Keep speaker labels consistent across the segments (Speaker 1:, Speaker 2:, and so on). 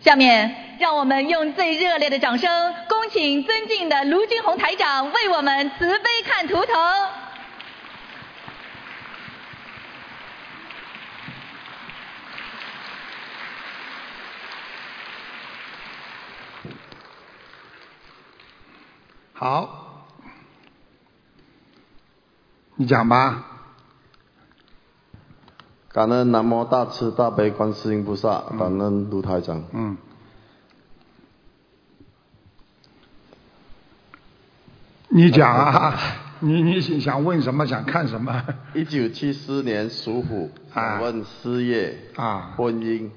Speaker 1: 下面，让我们用最热烈的掌声，恭请尊敬的卢军红台长为我们慈悲看图腾。
Speaker 2: 好，你讲吧。
Speaker 3: 感恩南无大慈大悲观世音菩萨，感恩卢台长。
Speaker 2: 嗯，你讲啊， 你你想问什么？想看什么？
Speaker 3: 一九七四年属虎，
Speaker 2: 啊
Speaker 3: 想问事业、
Speaker 2: 啊
Speaker 3: 婚姻，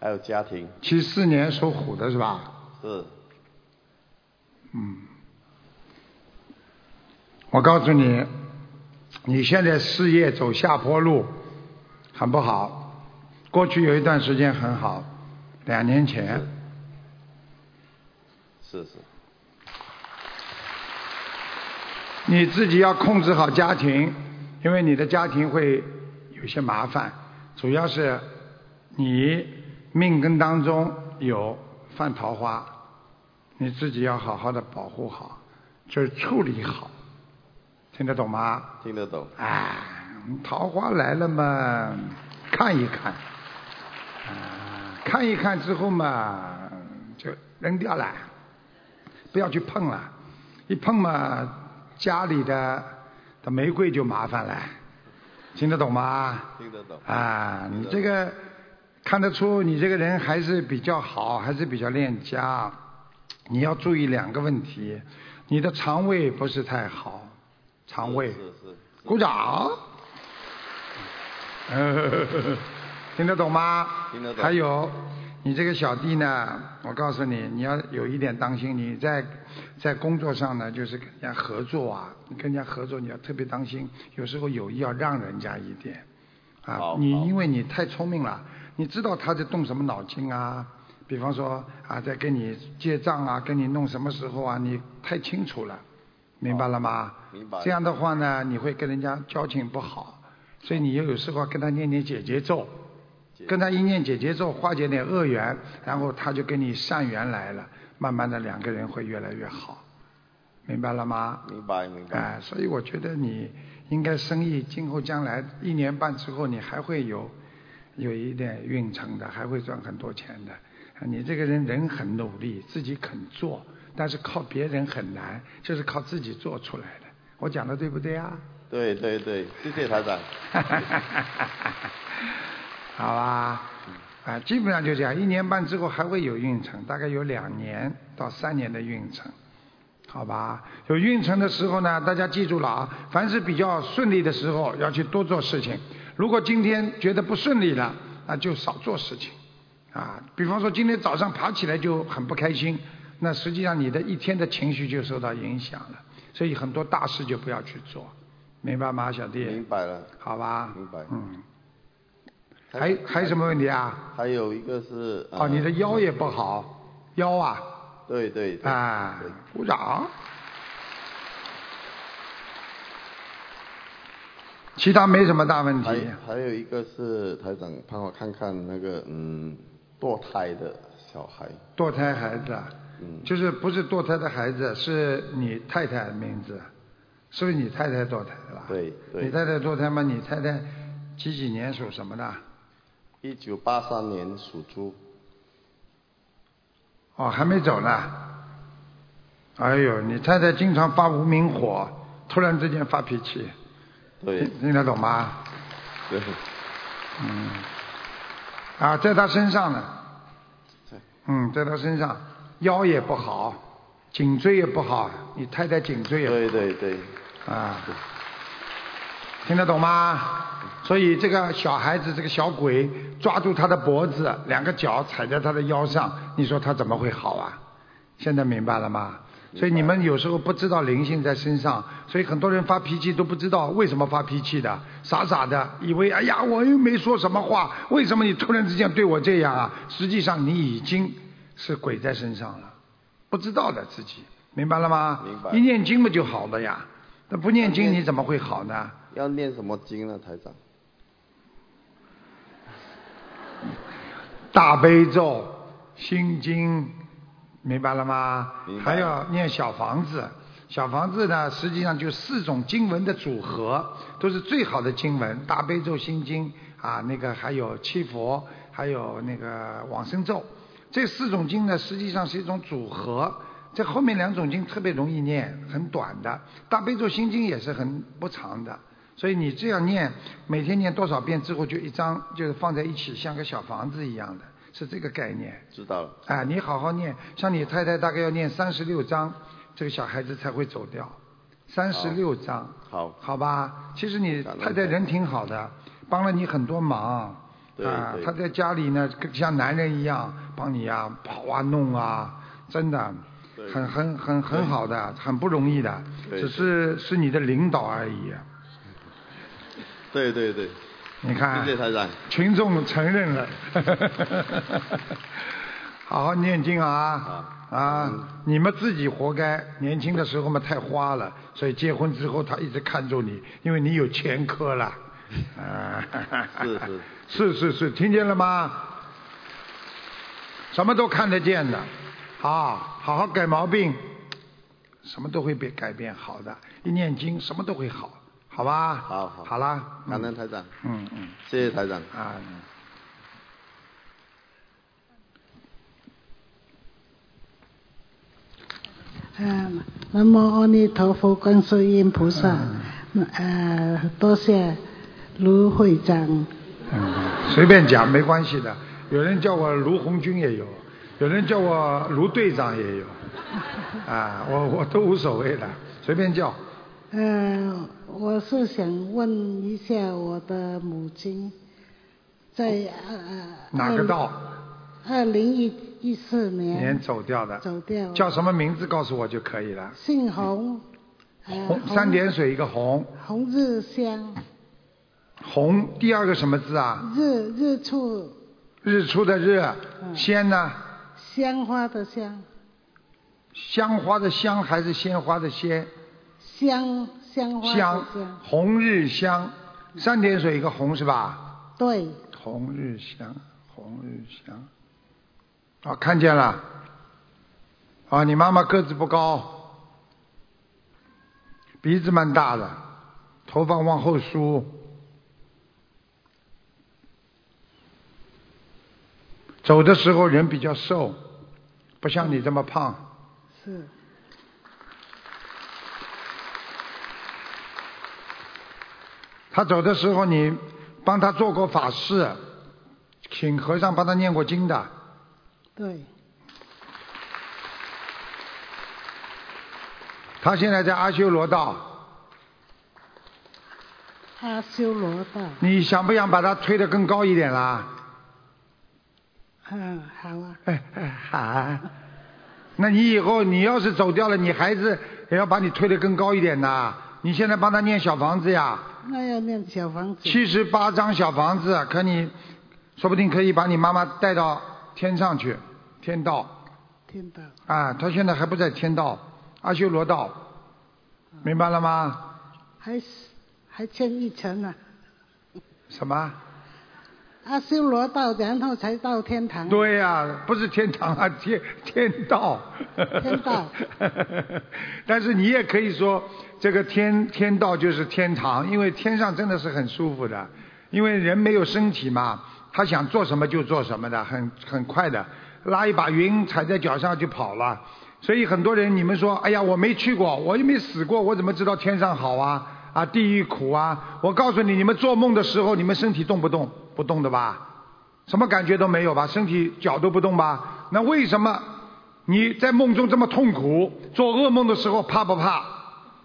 Speaker 3: 还有家庭
Speaker 2: 七四年属虎的是吧？
Speaker 3: 是
Speaker 2: 我告诉你，你现在事业走下坡路，很不好。过去有一段时间很好，两年前。
Speaker 3: 是是
Speaker 2: 你自己要控制好家庭，因为你的家庭会有些麻烦，主要是你命根当中有犯桃花，你自己要好好的保护好，就是处理好，听得懂吗？
Speaker 3: 听得懂。
Speaker 2: 哎，桃花来了嘛，看一看，啊，看一看之后嘛，就扔掉了，不要去碰了，一碰嘛，家里的的玫瑰就麻烦了，听得懂吗？
Speaker 3: 听得懂
Speaker 2: 啊，你
Speaker 3: 听得懂
Speaker 2: 这个看得出你这个人还是比较好，还是比较恋家，你要注意两个问题，你的肠胃不是太好，肠胃。
Speaker 3: 是是
Speaker 2: 鼓掌。 听得懂吗？
Speaker 3: 听得懂
Speaker 2: 还有，你这个小弟呢，我告诉你，你要有一点当心，你在在工作上呢，就是跟人家合作啊，你跟人家合作你要特别当心，有时候有意要让人家一点。啊
Speaker 3: 好，
Speaker 2: 你
Speaker 3: 好
Speaker 2: 因为你太聪明了，你知道他在动什么脑筋啊。比方说啊，在跟你结账啊，跟你弄什么时候啊，你太清楚了，明白了吗？
Speaker 3: 明白
Speaker 2: 这样的话呢，你会跟人家交情不好，所以你又有时候要跟他念念姐姐咒，
Speaker 3: 姐
Speaker 2: 跟他一念姐姐咒，化解点恶缘，然后他就跟你善缘来了，慢慢的两个人会越来越好，明白了吗？
Speaker 3: 明白明白。
Speaker 2: 哎，所以我觉得你应该生意今后将来一年半之后，你还会有有一点运程的，还会赚很多钱的。啊你这个人人很努力，自己肯做，但是靠别人很难，就是靠自己做出来的。我讲的对不对啊？
Speaker 3: 对对对，谢谢台 长。
Speaker 2: 好吧，啊，基本上就这样，一年半之后还会有运程，大概有两年到三年的运程，好吧？有运程的时候呢，大家记住了啊，凡是比较顺利的时候，要去多做事情。如果今天觉得不顺利了，那就少做事情。啊，比方说今天早上爬起来就很不开心，那实际上你的一天的情绪就受到影响了，所以很多大事就不要去做，明白吗，小弟？
Speaker 3: 明白了。
Speaker 2: 好吧？
Speaker 3: 明白
Speaker 2: 嗯。还还有什么问题啊？
Speaker 3: 还有一个是
Speaker 2: 哦，你的
Speaker 3: 呃嗯
Speaker 2: 腰也不好，腰啊
Speaker 3: 对对对
Speaker 2: 啊
Speaker 3: 对，
Speaker 2: 鼓掌。其他没什么大问
Speaker 3: 还
Speaker 2: 题。
Speaker 3: 还有一个是台长帮我看看那个嗯堕胎的小孩，
Speaker 2: 堕胎孩子啊，
Speaker 3: 嗯
Speaker 2: 就是不是堕胎的孩子，是你太太的名字，是不是你太太堕胎的啦？
Speaker 3: 对对
Speaker 2: 你太太堕胎吗？你太太几几年属什么的？
Speaker 3: 一九八三年属猪，
Speaker 2: 哦，还没走呢。哎呦，你太太经常发无名火，突然之间发脾气，
Speaker 3: 对
Speaker 2: 听听得懂吗？
Speaker 3: 对，
Speaker 2: 嗯啊，在她身上呢
Speaker 3: 在。
Speaker 2: 嗯，在她身上，腰也不好，颈椎也不好，你太太颈椎也不好
Speaker 3: 对对对，
Speaker 2: 啊，听得懂吗？所以这个小孩子，这个小鬼抓住他的脖子，两个脚踩在他的腰上，你说他怎么会好啊？现在明白了吗？所以你们有时候不知道灵性在身上，所以很多人发脾气都不知道为什么发脾气的，傻傻的以为哎呀我又没说什么话，为什么你突然之间对我这样啊？实际上你已经是鬼在身上了，不知道的自己，明白了吗？
Speaker 3: 明白
Speaker 2: 一念经不就好了呀？那不念经你怎么会好呢？
Speaker 3: 要念什么经呢，台长？
Speaker 2: 大悲咒、心经，明白了吗
Speaker 3: 明？白
Speaker 2: 还要念小房子。小房子呢，实际上就四种经文的组合，都是最好的经文：大悲咒、心经啊，那个还有七佛，还有那个往生咒。这四种经呢，实际上是一种组合。这后面两种经特别容易念，很短的。大悲咒、心经也是很不长的，所以你这样念，每天念多少遍之后，就一张就是放在一起，像个小房子一样的，是这个概念。
Speaker 3: 知道了，
Speaker 2: 啊，你好好念，像你太太大概要念三十六章，这个小孩子才会走掉。三十六章，
Speaker 3: 好
Speaker 2: 好吧。其实你
Speaker 3: 感恩
Speaker 2: 太太人挺好的，帮了你很多忙。
Speaker 3: 对
Speaker 2: 啊，
Speaker 3: 对
Speaker 2: 她在家里呢，跟像男人一样帮你啊跑啊弄啊，真的，
Speaker 3: 对
Speaker 2: 很很很很好的，很不容易的，
Speaker 3: 对
Speaker 2: 只是是你的领导而已。
Speaker 3: 对对对，
Speaker 2: 你看，
Speaker 3: 谢谢台长。
Speaker 2: 群众承认 了，好好念经啊
Speaker 3: 啊
Speaker 2: 啊
Speaker 3: 嗯！
Speaker 2: 你们自己活该，年轻的时候嘛太花了，所以结婚之后他一直看住你，因为你有前科 了。啊，
Speaker 3: 是是
Speaker 2: 是是是，听见了吗？什么都看得见的，啊，好好改毛病，什么都会被改变好的。一念经，什么都会好，好吧？
Speaker 3: 好好
Speaker 2: 好啦，
Speaker 3: 感恩台长，
Speaker 2: 嗯嗯。
Speaker 3: 谢谢台长。
Speaker 2: 啊。
Speaker 4: 嗯，南无阿弥陀佛，观世音菩萨。呃，多谢卢会长。
Speaker 2: 随便讲没关系的，有人叫我卢红军也有，有人叫我卢队长也有，啊，我我都无所谓的，随便叫。
Speaker 4: 呃，我是想问一下我的母亲，在呃
Speaker 2: 哪个道？
Speaker 4: 二零一一四嗯年
Speaker 2: 年走掉的，
Speaker 4: 走掉了
Speaker 2: 叫什么名字告诉我就可以了。
Speaker 4: 姓洪，呃
Speaker 2: 红三点水一个红，
Speaker 4: 洪日香，
Speaker 2: 红第二个什么字啊？
Speaker 4: 日日出
Speaker 2: 日出的日，
Speaker 4: 嗯
Speaker 2: 鲜呢？
Speaker 4: 香花的香，
Speaker 2: 香花的香还是鲜花的鲜？
Speaker 4: 香香花
Speaker 2: 香
Speaker 4: 的香，，
Speaker 2: 红日香，三点水一个红是吧？
Speaker 4: 对，
Speaker 2: 红日香，红日香。啊，看见了。啊，你妈妈个子不高，鼻子蛮大的，头发往后梳。走的时候人比较瘦，不像你这么胖。
Speaker 4: 是
Speaker 2: 他走的时候，你帮他做过法事，请和尚帮他念过经的。
Speaker 4: 对，
Speaker 2: 他现在在阿修罗道，
Speaker 4: 阿修罗道。
Speaker 2: 你想不想把他推得更高一点啊啦？
Speaker 4: 嗯，好啊，
Speaker 2: 啊， 那你以后你要是走掉了，你孩子也要把你推得更高一点呐。你现在帮他念小房子呀，
Speaker 4: 那要念小房子。
Speaker 2: 七十八张小房子，可你说不定可以把你妈妈带到天上去，天道
Speaker 4: 听到，
Speaker 2: 啊，他现在还不在天道，阿修罗道，明白了吗？
Speaker 4: 还是还欠一层啊。
Speaker 2: 什么？
Speaker 4: 阿修罗道，然后才到天堂。
Speaker 2: 对呀、不是天堂啊，天天道。
Speaker 4: 天道。
Speaker 2: 但是你也可以说，这个天天道就是天堂，因为天上真的是很舒服的，因为人没有身体嘛，他想做什么就做什么的，很很快的，拉一把云踩在脚上就跑了。所以很多人，你们说，哎呀，我没去过，我又没死过，我怎么知道天上好啊？啊，地狱苦啊！我告诉你，你们做梦的时候，你们身体动不动？不动的吧？什么感觉都没有吧，身体脚都不动吧？那为什么你在梦中这么痛苦？做噩梦的时候怕不怕？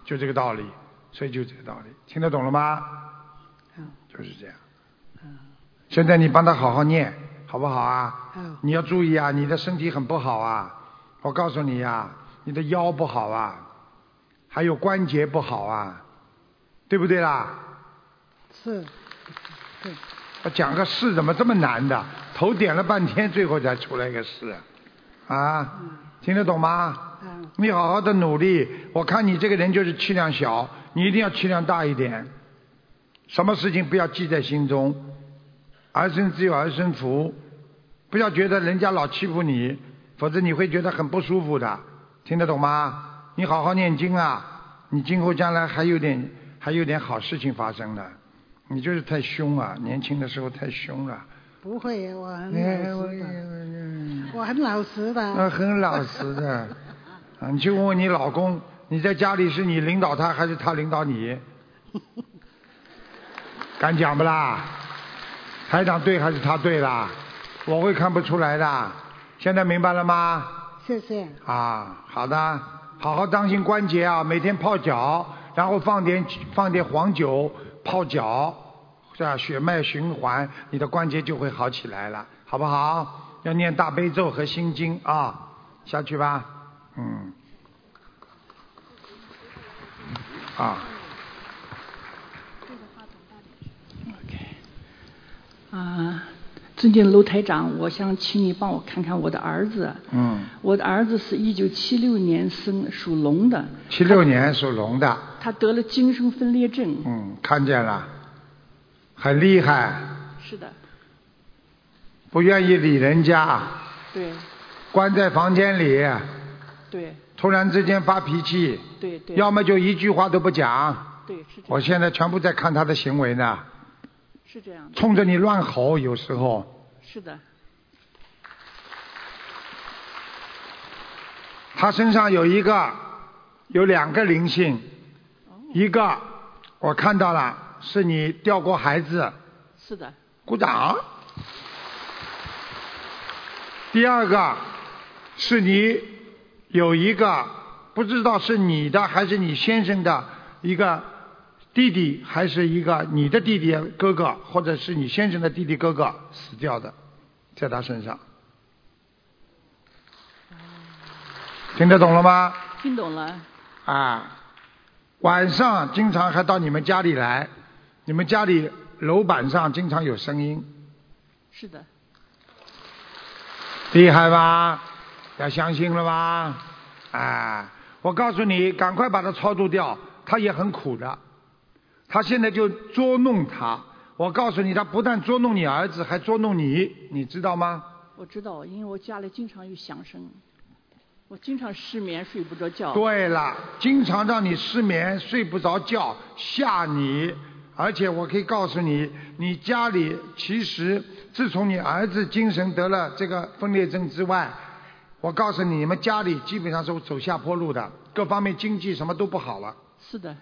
Speaker 2: 就这个道理，所以就这个道理，听得懂了吗？
Speaker 4: 嗯
Speaker 2: 就是这样。现在你帮他好好念，好不好啊？
Speaker 4: 好
Speaker 2: 你要注意啊，你的身体很不好啊！我告诉你呀、啊你的腰不好啊，还有关节不好啊，对不对啦？
Speaker 4: 是，对，
Speaker 2: 我讲个是怎么这么难的？头点了半天，最后才出来一个是，啊，听得懂吗？
Speaker 4: 嗯
Speaker 2: 你好好的努力，我看你这个人就是气量小，你一定要气量大一点。什么事情不要记在心中，儿孙自有儿孙福，不要觉得人家老欺负你，否则你会觉得很不舒服的，听得懂吗？你好好念经啊，你今后将来还有点还有点好事情发生的。你就是太凶啊，年轻的时候太凶了。
Speaker 4: 不会，我很
Speaker 2: 哎，
Speaker 4: 老
Speaker 2: 我
Speaker 4: 实的，
Speaker 2: 我
Speaker 4: 我很老
Speaker 2: 哎我很老
Speaker 4: 实的。
Speaker 2: 实的。啊，你去问问你老公，你在家里是你领导他还是他领导你？敢讲不啦？台长对还是他对啦？我会看不出来的。现在明白了吗？
Speaker 4: 谢谢，
Speaker 2: 啊，好的，好好当心关节啊，每天泡脚，然后放点放点黄酒泡脚，这样血脉循环，你的关节就会好起来了，好不好？要念大悲咒和心经啊，下去吧，嗯，啊，
Speaker 5: 啊，尊敬的卢台长，我想请你帮我看看我的儿子。
Speaker 2: 嗯，
Speaker 5: 我的儿子是一九七六年生，属龙的，
Speaker 2: 七六年属龙的，
Speaker 5: 他得了精神分裂症。
Speaker 2: 嗯，看见了，很厉害，
Speaker 5: 是的，
Speaker 2: 不愿意理人家，
Speaker 5: 对，
Speaker 2: 关在房间里，
Speaker 5: 对，
Speaker 2: 突然之间发脾气，
Speaker 5: 对，对，
Speaker 2: 要么就一句话都不讲。
Speaker 5: 对是这
Speaker 2: 我
Speaker 5: 样，
Speaker 2: 现在全部在看他的行为呢，
Speaker 5: 是这样的，
Speaker 2: 冲着你乱吼，有时候
Speaker 5: 是的，
Speaker 2: 他身上有一个，有两个灵性，
Speaker 5: 哦
Speaker 2: 一个我看到了，是你掉过孩子，
Speaker 5: 是的，
Speaker 2: 鼓掌。第二个是你有一个不知道是你的还是你先生的一个弟弟，还是一个你的弟弟哥哥，或者是你先生的弟弟哥哥死掉的，在他身上。听得懂了吗？
Speaker 5: 听懂了，
Speaker 2: 啊，晚上经常还到你们家里来，你们家里楼板上经常有声音，
Speaker 5: 是的，
Speaker 2: 厉害吧？要相信了吧？哎，我告诉你，赶快把它超度掉，他也很苦的。他现在就捉弄他，我告诉你，他不但捉弄你儿子，还捉弄你，你知道吗？
Speaker 5: 我知道，因为我家里经常有响声，我经常失眠，睡不着觉。
Speaker 2: 对了，经常让你失眠、睡不着觉，吓你。而且我可以告诉你，你家里其实自从你儿子精神得了这个分裂症之外，我告诉你，你们家里基本上是走下坡路的，各方面经济什么都不好了。
Speaker 5: 是的，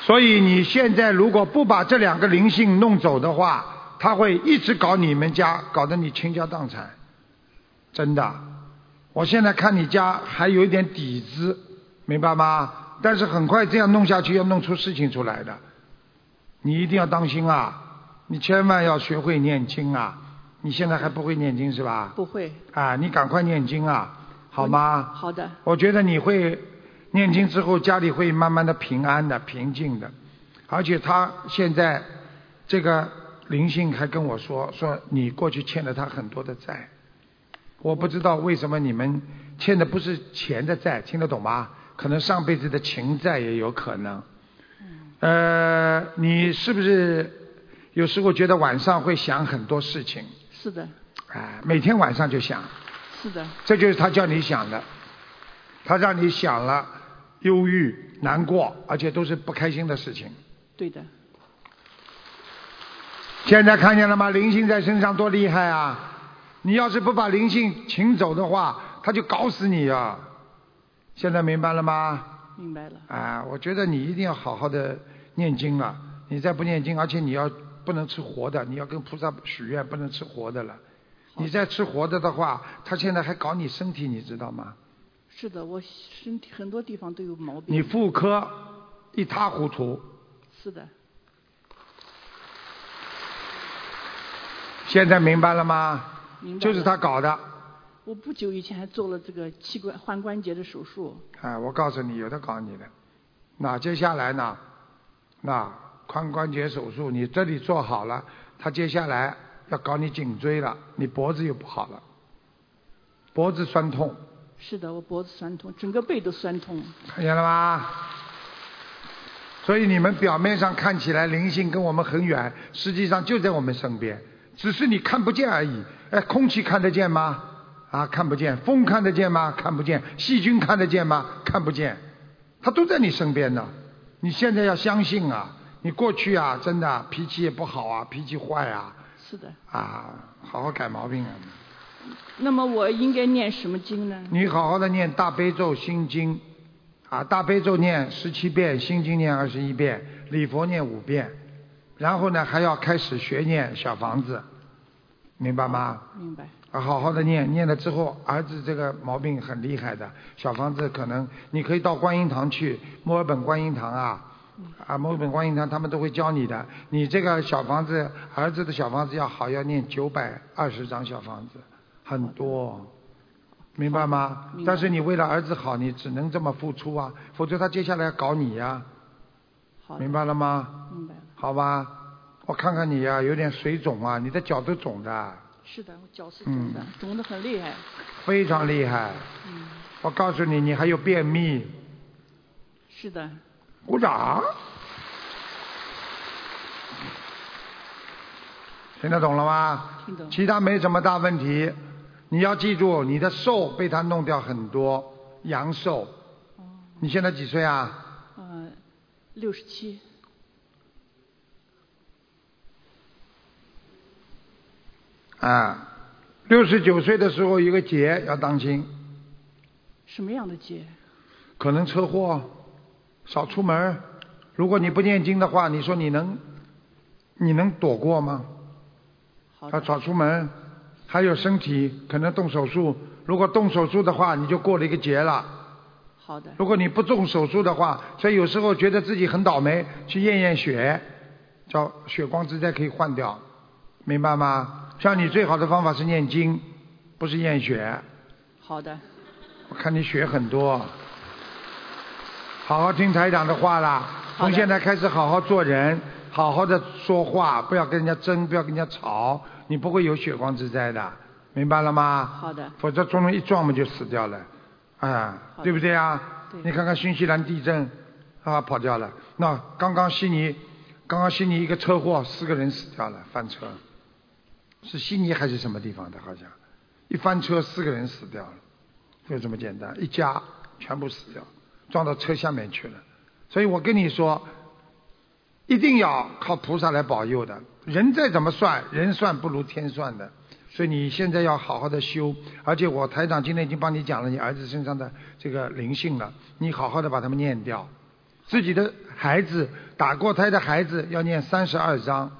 Speaker 2: 所以你现在如果不把这两个灵性弄走的话，他会一直搞你们家，搞得你倾家荡产。真的，我现在看你家还有一点底子，明白吗？但是很快这样弄下去，要弄出事情出来的，你一定要当心啊！你千万要学会念经啊！你现在还不会念经是吧？
Speaker 5: 不会，
Speaker 2: 啊，你赶快念经啊，好吗？
Speaker 5: 好的，
Speaker 2: 我觉得你会念经之后，家里会慢慢的平安的、平静的。而且他现在这个灵性还跟我说，说你过去欠了他很多的债。我不知道为什么你们欠的不是钱的债，听得懂吗？可能上辈子的情债也有可能。呃，你是不是有时候觉得晚上会想很多事情？
Speaker 5: 是的，
Speaker 2: 哎，每天晚上就想。
Speaker 5: 是的，
Speaker 2: 这就是他叫你想的，他让你想了忧郁、难过，而且都是不开心的事情。
Speaker 5: 对的，
Speaker 2: 现在看见了吗？灵性在身上多厉害啊！你要是不把灵性请走的话，他就搞死你啊！现在明白了吗？
Speaker 5: 明白了，
Speaker 2: 啊，我觉得你一定要好好的念经啊！你再不念经，而且你要不能吃活的，你要跟菩萨许愿，不能吃活的了。你再吃活的的话，他现在还搞你身体，你知道吗？
Speaker 5: 是的，我身体很多地方都有毛病。
Speaker 2: 你妇科一塌糊涂，
Speaker 5: 是的，
Speaker 2: 现在明白了吗？
Speaker 5: 明白了
Speaker 2: 就是他搞的。
Speaker 5: 我不久以前还做了这个器官换关节的手术，
Speaker 2: 哎，我告诉你，有的搞你的。那接下来呢？那髋关节手术，你这里做好了，他接下来要搞你颈椎了，你脖子又不好了，脖子酸痛，
Speaker 5: 是的，我脖子酸痛，整个背都酸痛。
Speaker 2: 看见了吗？所以你们表面上看起来灵性跟我们很远，实际上就在我们身边。只是你看不见而已。哎，空气看得见吗？啊，看不见。风看得见吗？看不见。细菌看得见吗？看不见。它都在你身边呢。你现在要相信啊！你过去啊，真的啊脾气也不好啊，脾气坏啊，
Speaker 5: 是的。
Speaker 2: 啊，好好改毛病啊！
Speaker 5: 那么我应该念什么经呢？
Speaker 2: 你好好的念大悲咒、心经，啊，大悲咒念十七遍，心经念二十一遍，礼佛念五遍，然后呢还要开始学念小房子，明白吗？
Speaker 5: 明白。
Speaker 2: 啊，好好的念，念了之后，儿子这个毛病很厉害的，小房子可能你可以到观音堂去，墨尔本观音堂啊，啊，墨尔本观音堂他们都会教你的。你这个小房子，儿子的小房子要好，要念九百二十张小房子，很多，明白吗？但是你为了儿子好，你只能这么付出啊，否则他接下来要搞你呀、
Speaker 5: 好的
Speaker 2: 明白了吗？
Speaker 5: 明白了。
Speaker 2: 好吧，我看看你呀、有点水肿啊，你的脚都肿的，
Speaker 5: 是的，我脚是肿
Speaker 2: 嗯
Speaker 5: 的，肿得很厉害。
Speaker 2: 非常厉害。
Speaker 5: 嗯，
Speaker 2: 我告诉你，你还有便秘。
Speaker 5: 是的，
Speaker 2: 鼓掌。听得懂了吗？
Speaker 5: 听懂。
Speaker 2: 其他没什么大问题。你要记住，你的寿被他弄掉很多，阳寿。
Speaker 5: 哦
Speaker 2: 你现在几岁啊？
Speaker 5: 呃，六十七，
Speaker 2: 啊，六十九岁的时候一个劫要当心，
Speaker 5: 什么样的劫？
Speaker 2: 可能车祸，少出门儿。如果你不念经的话，你说你能，你能躲过吗？
Speaker 5: 好
Speaker 2: 要
Speaker 5: 的，
Speaker 2: 少出门，还有身体可能动手术。如果动手术的话，你就过了一个节了。
Speaker 5: 好的，
Speaker 2: 如果你不动手术的话，所以有时候觉得自己很倒霉，去验验血，叫血光之灾可以换掉，明白吗？像你最好的方法是念经，不是验血。
Speaker 5: 好的，
Speaker 2: 我看你血很多，好好听台长的话啦。
Speaker 5: 好的
Speaker 2: 从现在开始好好做人，好好的说话，不要跟人家争，不要跟人家吵，你不会有血光之灾的，明白了吗？
Speaker 5: 好的，
Speaker 2: 否则中了一撞嘛就死掉了，啊、
Speaker 5: 好的
Speaker 2: 对不对啊？
Speaker 5: 对
Speaker 2: 你看看新西兰地震，啊，跑掉了。那刚刚悉尼，刚刚悉尼一个车祸，四个人死掉了，翻车，是悉尼还是什么地方的？好像一翻车，四个人死掉了，就这么简单，一家全部死掉，撞到车下面去了。所以我跟你说，一定要靠菩萨来保佑的。人再怎么算，人算不如天算的。所以你现在要好好的修，而且我台长今天已经帮你讲了你儿子身上的这个灵性了，你好好的把它们念掉。自己的孩子打过胎的孩子要念三十二章，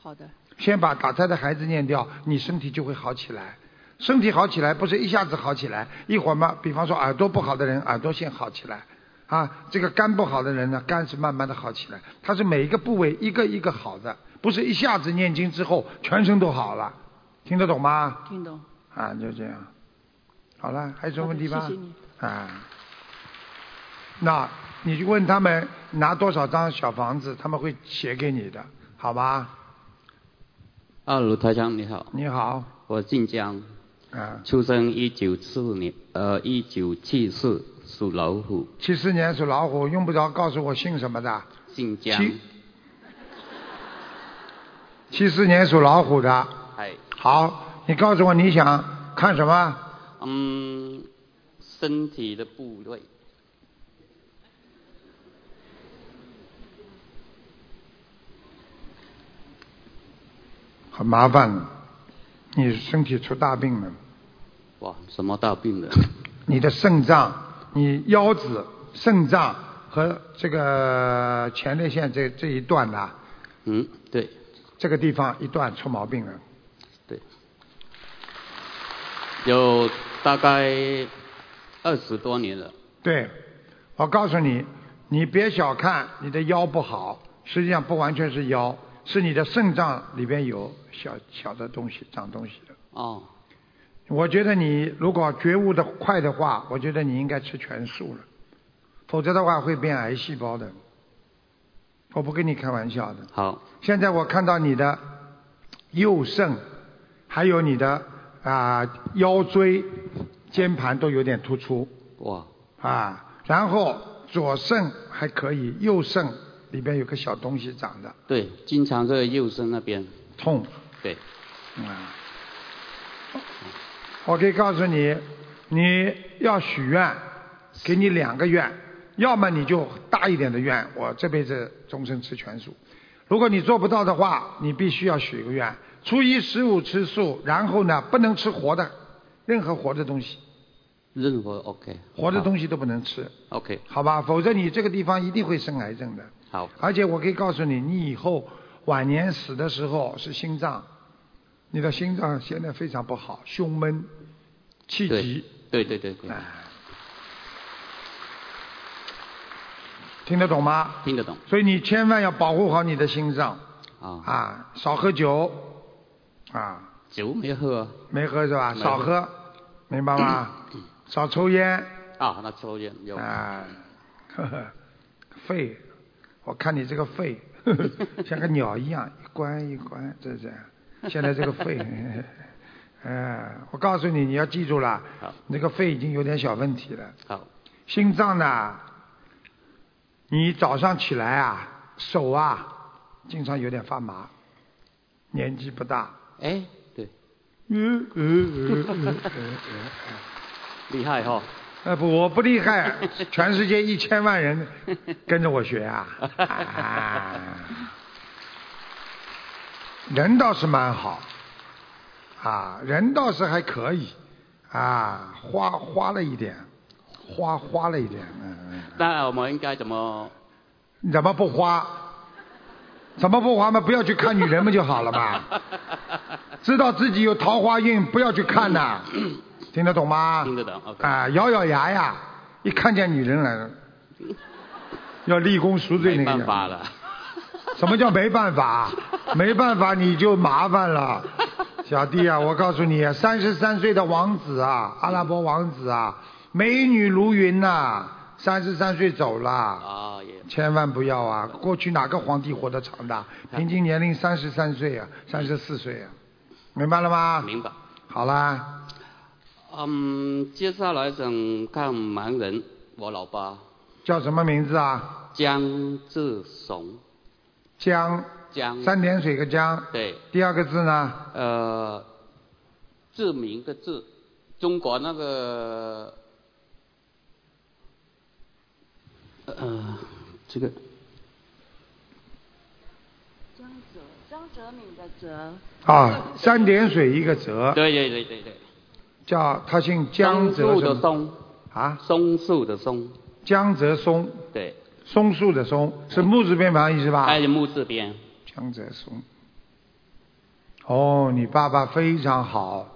Speaker 5: 好的，
Speaker 2: 先把打胎的孩子念掉，你身体就会好起来。身体好起来不是一下子好起来，一会儿嘛，比方说耳朵不好的人，耳朵先好起来啊。这个肝不好的人呢，肝是慢慢的好起来，它是每一个部位一个一个好的，不是一下子念经之后全身都好了，听得懂吗？
Speaker 5: 听懂。
Speaker 2: 啊，就这样。好了，还有什么问题吗？
Speaker 5: 好的谢谢你
Speaker 2: 啊，那你就问他们拿多少张小房子，他们会写给你的，好吧？
Speaker 6: 啊，卢台长你好，
Speaker 2: 你好，
Speaker 6: 我晋江，
Speaker 2: 啊，
Speaker 6: 出生一九四五年，呃，一九七四，属老虎，
Speaker 2: 七四年属老虎，用不着告诉我姓什么的。
Speaker 6: 晋江，
Speaker 2: 七七四年属老虎的，
Speaker 6: 哎，
Speaker 2: 好，你告诉我你想看什么？
Speaker 6: 嗯，身体的部位，
Speaker 2: 很麻烦了，你身体出大病了，
Speaker 6: 哇，什么大 病了？
Speaker 2: 你的肾脏、你腰子、肾脏和这个前列腺这这一段呐、
Speaker 6: 嗯，对，
Speaker 2: 这个地方一段出毛病了。
Speaker 6: 对，有大概二十多年了，
Speaker 2: 对，我告诉你，你别小看你的腰不好，实际上不完全是腰，是你的肾脏里边有小小的东西长东西的。
Speaker 6: 哦，
Speaker 2: 我觉得你如果觉悟的快的话，我觉得你应该吃全素了，否则的话会变癌细胞的。我不跟你开玩笑的。
Speaker 6: 好，
Speaker 2: 现在我看到你的右肾，还有你的啊、腰椎、肩盘都有点突出。
Speaker 6: 哇，
Speaker 2: 啊，然后左肾还可以，右肾里边有个小东西长的
Speaker 6: 对，经常在右肾那边，
Speaker 2: 痛，
Speaker 6: 对，
Speaker 2: 嗯，我可以告诉你，你要许愿，给你两个愿，要么你就大一点的愿，我这辈子终身吃全素。如果你做不到的话，你必须要许一个愿，初一十五吃素，然后呢，不能吃活的，任何活的东西，
Speaker 6: 任何 OK，
Speaker 2: 活的
Speaker 6: 好
Speaker 2: 东西都不能吃，
Speaker 6: OK，
Speaker 2: 好吧？否则你这个地方一定会生癌症的。
Speaker 6: 好，
Speaker 2: 而且我可以告诉你，你以后晚年死的时候是心脏，你的心脏现在非常不好，胸闷、气
Speaker 6: 对
Speaker 2: 急，，
Speaker 6: 对对对对，
Speaker 2: 哎听得懂吗？
Speaker 6: 听得懂
Speaker 2: 所以你千万要保护好你的心脏
Speaker 6: 啊？
Speaker 2: 啊，少喝酒啊，
Speaker 6: 酒没喝啊
Speaker 2: 没喝是吧？
Speaker 6: 没喝
Speaker 2: 少喝，明白吗？ 少抽烟
Speaker 6: 啊？那抽烟有
Speaker 2: 啊，呵呵，肺，我看你这个肺 呵呵像个鸟一样，一关一关，这这， 现在这个肺，哎，我告诉你，你要记住了
Speaker 6: 好，
Speaker 2: 你这个肺已经有点小问题了。
Speaker 6: 好
Speaker 2: 心脏呢，你早上起来啊，手啊，经常有点发麻，年纪不大，
Speaker 6: 哎， 对，
Speaker 2: 嗯嗯嗯嗯嗯，
Speaker 6: 厉害哦哈、
Speaker 2: 呃不，我不厉害，全世界一千万人跟着我学啊，啊人倒是蛮好，啊，人倒是还可以，啊，花花了一点，花花了一点，嗯嗯。
Speaker 6: 那我们应该怎么？
Speaker 2: 你怎么不花？怎么不花嘛？不要去看女人们就好了 嘛。知道自己有桃花运，不要去看呐、听得懂吗？
Speaker 6: 嗯听得懂，OK
Speaker 2: 啊，咬咬牙呀，一看见女人来 了，要立功赎罪
Speaker 6: 没
Speaker 2: 那个样子
Speaker 6: 办法了，
Speaker 2: 什么叫没办 法？没办法你就麻烦了，小弟啊，我告诉你，三十三岁的王子啊，阿拉伯王子啊，美女如云呐、三十三岁走了。
Speaker 6: 啊也
Speaker 2: 千万不要啊！过去哪个皇帝活得长的？平均年龄三十三岁啊，三十四岁啊，明白了吗？
Speaker 6: 明白。
Speaker 2: 好啦，
Speaker 6: 嗯，接下来想看盲人，我老爸
Speaker 2: 叫什么名字啊？
Speaker 6: 江志雄，
Speaker 2: 江，
Speaker 6: 江
Speaker 2: 三点水个江。
Speaker 6: 对，
Speaker 2: 第二个字呢？
Speaker 6: 呃，志明的志，中国那个呃这个
Speaker 2: 啊，三点水一个泽，
Speaker 6: 对对对对对，
Speaker 2: 叫他姓呃江泽
Speaker 6: 松树
Speaker 2: 什
Speaker 6: 的
Speaker 2: 么？
Speaker 6: 松，
Speaker 2: 啊，
Speaker 6: 松树的松，
Speaker 2: 江泽松，
Speaker 6: 对，
Speaker 2: 松树的松，是木字边旁意思吧？
Speaker 6: 在木字边，
Speaker 2: 啊江泽松。哦，你爸爸非常好，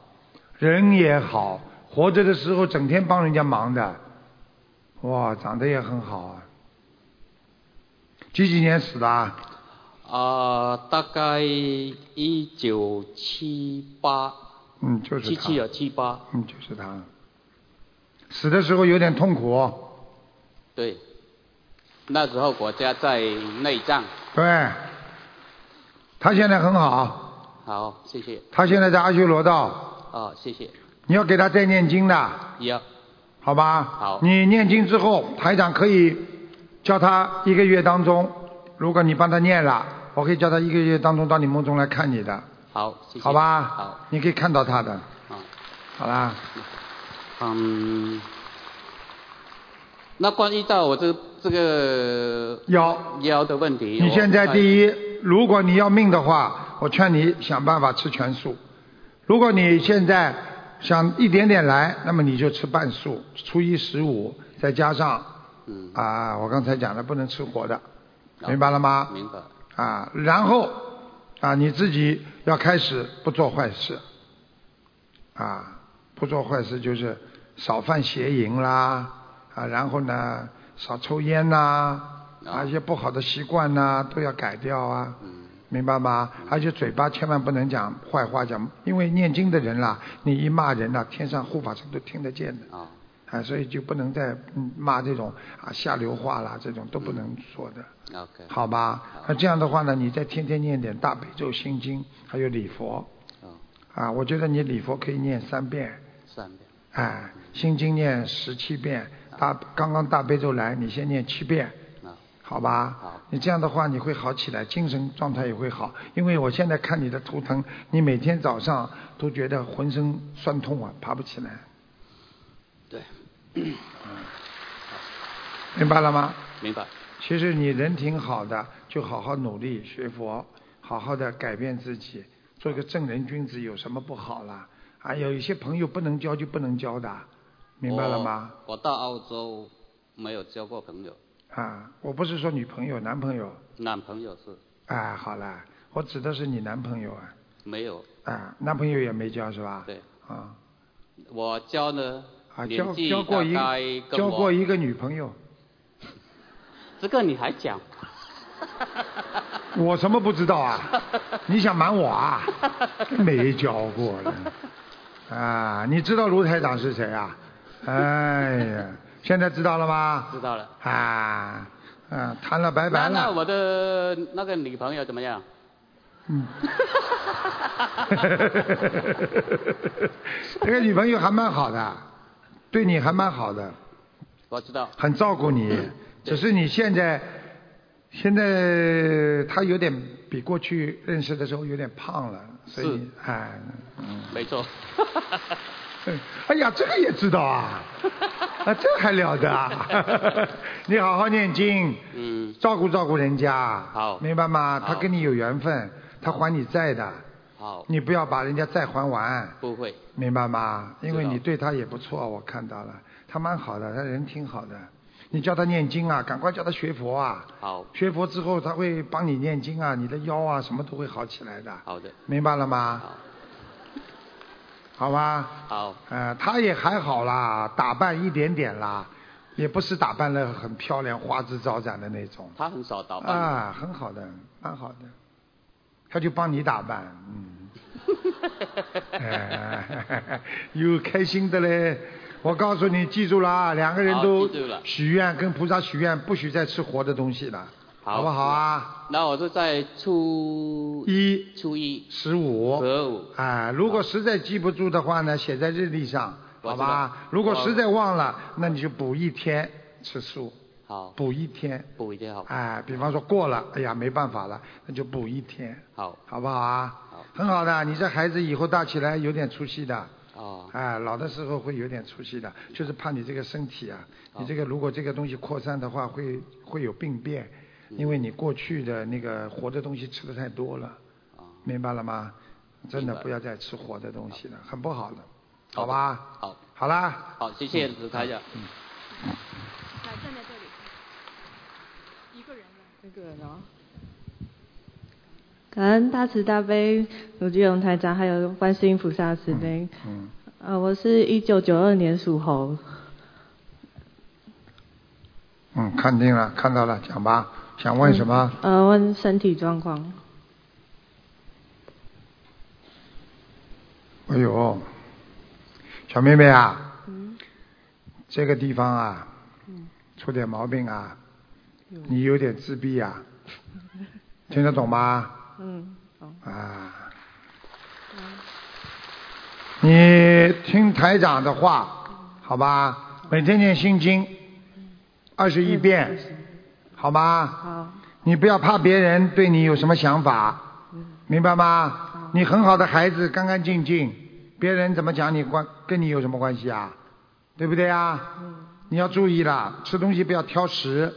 Speaker 2: 人也好，活着的时候整天帮人家忙的。哇，长得也很好啊。几几年死的啊？
Speaker 6: 啊，大概一九七八，
Speaker 2: 嗯，就是
Speaker 6: 七
Speaker 2: 他。
Speaker 6: 七啊七八，
Speaker 2: 嗯，就是他。死的时候有点痛苦，哦
Speaker 6: 对，那时候国家在内战，
Speaker 2: 对。他现在很好，
Speaker 6: 好，谢谢，
Speaker 2: 他现在在阿修罗道，
Speaker 6: 啊，谢谢，
Speaker 2: 你要给他再念经的。
Speaker 6: 要，
Speaker 2: 好吧？
Speaker 6: 好
Speaker 2: 你念经之后，台长可以叫他一个月当中，如果你帮他念了，我可以叫他一个月当中到你梦中来看你的，
Speaker 6: 好，谢谢，
Speaker 2: 好吧？
Speaker 6: 好，
Speaker 2: 你可以看到他的，
Speaker 6: 啊，
Speaker 2: 好啦。
Speaker 6: 嗯，那关于到我这这个
Speaker 2: 有，
Speaker 6: 腰的问题，
Speaker 2: 你现在
Speaker 6: 一，
Speaker 2: 第一，如果你要命的话，我劝你想办法吃全素；如果你现在想一点点来，那么你就吃半素，初一十五，再加上
Speaker 6: 嗯，
Speaker 2: 啊，我刚才讲的不能吃活的，
Speaker 6: 好
Speaker 2: 啊
Speaker 6: 嗯
Speaker 2: 明白了吗？
Speaker 6: 明白，
Speaker 2: 啊，然后啊，你自己要开始不做坏事，啊，不做坏事就是少犯邪淫啦，啊，然后呢，少抽烟呐，啊，
Speaker 6: 啊
Speaker 2: 一些不好的习惯呐都要改掉啊，明白吗？而且嘴巴千万不能讲坏话，讲，因为念经的人啦，你一骂人呐，天上护法神都听得见的。
Speaker 6: 啊，
Speaker 2: 啊，所以就不能再嗯骂这种啊下流话啦，这种都不能说的。
Speaker 6: OK
Speaker 2: 好吧，那这样的话呢，你再天天念点大悲咒、心经，还有礼佛
Speaker 6: 啊，
Speaker 2: 啊。我觉得你礼佛可以念三遍，
Speaker 6: 三遍，
Speaker 2: 哎，心经念十七遍，大刚刚大悲咒来，你先念七遍
Speaker 6: 啊，
Speaker 2: 好吧？
Speaker 3: 好
Speaker 2: 你这样的话，你会好起来，精神状态也会好。因为我现在看你的图腾，你每天早上都觉得浑身酸痛啊，爬不起来，
Speaker 6: 对，
Speaker 2: 嗯明白了吗？
Speaker 6: 明白。
Speaker 2: 其实你人挺好的，就好好努力学佛，好好的改变自己，做一个正人君子，有什么不好啦？啊，有一些朋友不能交就不能交的，明白了吗？
Speaker 6: 我？我到澳洲没有交过朋友，
Speaker 2: 啊，我不是说女朋友、男朋友，
Speaker 6: 男朋友是
Speaker 2: 啊，好啦，我指的是你男朋友啊，
Speaker 6: 没有。
Speaker 2: 啊，男朋友也没交是吧？
Speaker 6: 对，
Speaker 2: 啊
Speaker 6: 我交呢，
Speaker 2: 啊，交
Speaker 6: 年纪
Speaker 2: 交过一
Speaker 6: 大概跟
Speaker 2: 交
Speaker 6: 我
Speaker 2: 过一个女朋友，
Speaker 6: 这个你还讲？
Speaker 2: 我什么不知道啊？ 你想瞒我啊？没交过 了。啊，你知道卢台长是谁啊？哎呀，现在知道了吗？
Speaker 6: 知道了。
Speaker 2: 啊，嗯、谈了拜拜
Speaker 6: 那那
Speaker 2: 了。
Speaker 6: 我的那个女朋友怎么样？
Speaker 2: 这个女朋友还蛮好的，对你还蛮好的，
Speaker 6: 我知道，
Speaker 2: 很照顾你。
Speaker 6: 嗯
Speaker 2: 只是你现在，现在她有点比过去认识的时候有点胖了，所以哎，嗯。
Speaker 6: 没错。
Speaker 2: 哎呀，这个也知道 啊，啊，这还了得啊！ 你好好念经，
Speaker 6: 嗯，
Speaker 2: 照顾照顾人家，
Speaker 6: 好
Speaker 2: 明白吗？
Speaker 6: 好哦
Speaker 2: 他跟你有缘分，他还你债的，
Speaker 6: 好，
Speaker 2: 你不要把人家债还完，
Speaker 6: 不会，
Speaker 2: 明白吗？因为
Speaker 6: 知道
Speaker 2: 你对他也不错，我看到了，他蛮好的，他人挺好的。你叫他念经啊，赶快叫他学佛啊！
Speaker 6: 好，
Speaker 2: 学佛之后他会帮你念经啊，你的腰啊什么都会好起来的，
Speaker 6: 好的，
Speaker 2: 明白了吗？
Speaker 6: 好，
Speaker 2: 好吧。
Speaker 6: 好，
Speaker 2: 呃，她也还好啦，打扮一点点啦，也不是打扮的很漂亮、花枝招展的那种。
Speaker 6: 他很少打扮，
Speaker 2: 啊，很好的，蛮好的。她就帮你打扮， 嗯。哎有开心的嘞！我告诉你，记住了啊，两个人
Speaker 6: 好
Speaker 2: 都
Speaker 6: 记住了
Speaker 2: 许愿，跟菩萨许愿，不许再吃活的东西了，
Speaker 6: 好
Speaker 2: 好不好啊？
Speaker 6: 那我是在初
Speaker 2: 一
Speaker 6: 初一
Speaker 2: 十五，
Speaker 6: 十五
Speaker 2: 啊，如果实在记不住的话呢，写在日历上，
Speaker 6: 我
Speaker 2: 好
Speaker 6: 知道
Speaker 2: 吧？如果
Speaker 6: 我
Speaker 2: 实在忘了，那你就补一天吃素，
Speaker 6: 好
Speaker 2: 补一天。
Speaker 6: 补一点好，
Speaker 2: 哎，比方说过了，哎呀，没办法了，那就补一天，
Speaker 6: 好
Speaker 2: 好不好啊？
Speaker 6: 好
Speaker 2: 很好的，你这孩子以后大起来有点出息的。
Speaker 6: 哦，
Speaker 2: 哎，老的时候会有点出息的，就是怕你这个身体啊，
Speaker 6: 好
Speaker 2: 你这个如果这个东西扩散的话，会会有病变，
Speaker 6: 嗯
Speaker 2: 因为你过去的那个活的东西吃的太多了，明白了吗？真的
Speaker 6: 啊明白
Speaker 2: 不要再吃活的东西了，很不好的，
Speaker 6: 好
Speaker 2: 好
Speaker 6: 的
Speaker 2: 吧？
Speaker 6: 好，
Speaker 2: 好啦，嗯
Speaker 6: 好，谢谢卢台长。
Speaker 7: 这个人
Speaker 5: 啊
Speaker 7: 哦。感恩大慈大悲卢俊荣台长，还有观世音菩萨慈悲。
Speaker 2: 嗯，
Speaker 7: 呃，我是一九九二年属猴，
Speaker 2: 嗯，看定了，看到了，讲吧，想问什么？
Speaker 7: 呃，问身体状况。
Speaker 2: 哎呦，小妹妹啊，这个地方啊，出点毛病啊，你有点自闭啊，听得懂吗？
Speaker 7: 嗯，哦，
Speaker 2: 啊，你听台长的话，好吧？每天念心经，二十一遍，好吗？
Speaker 7: 好，
Speaker 2: 你不要怕别人对你有什么想法，明白吗？你很好的孩子，干干净净，别人怎么讲你关跟你有什么关系啊？对不对啊？你要注意啦，吃东西不要挑食，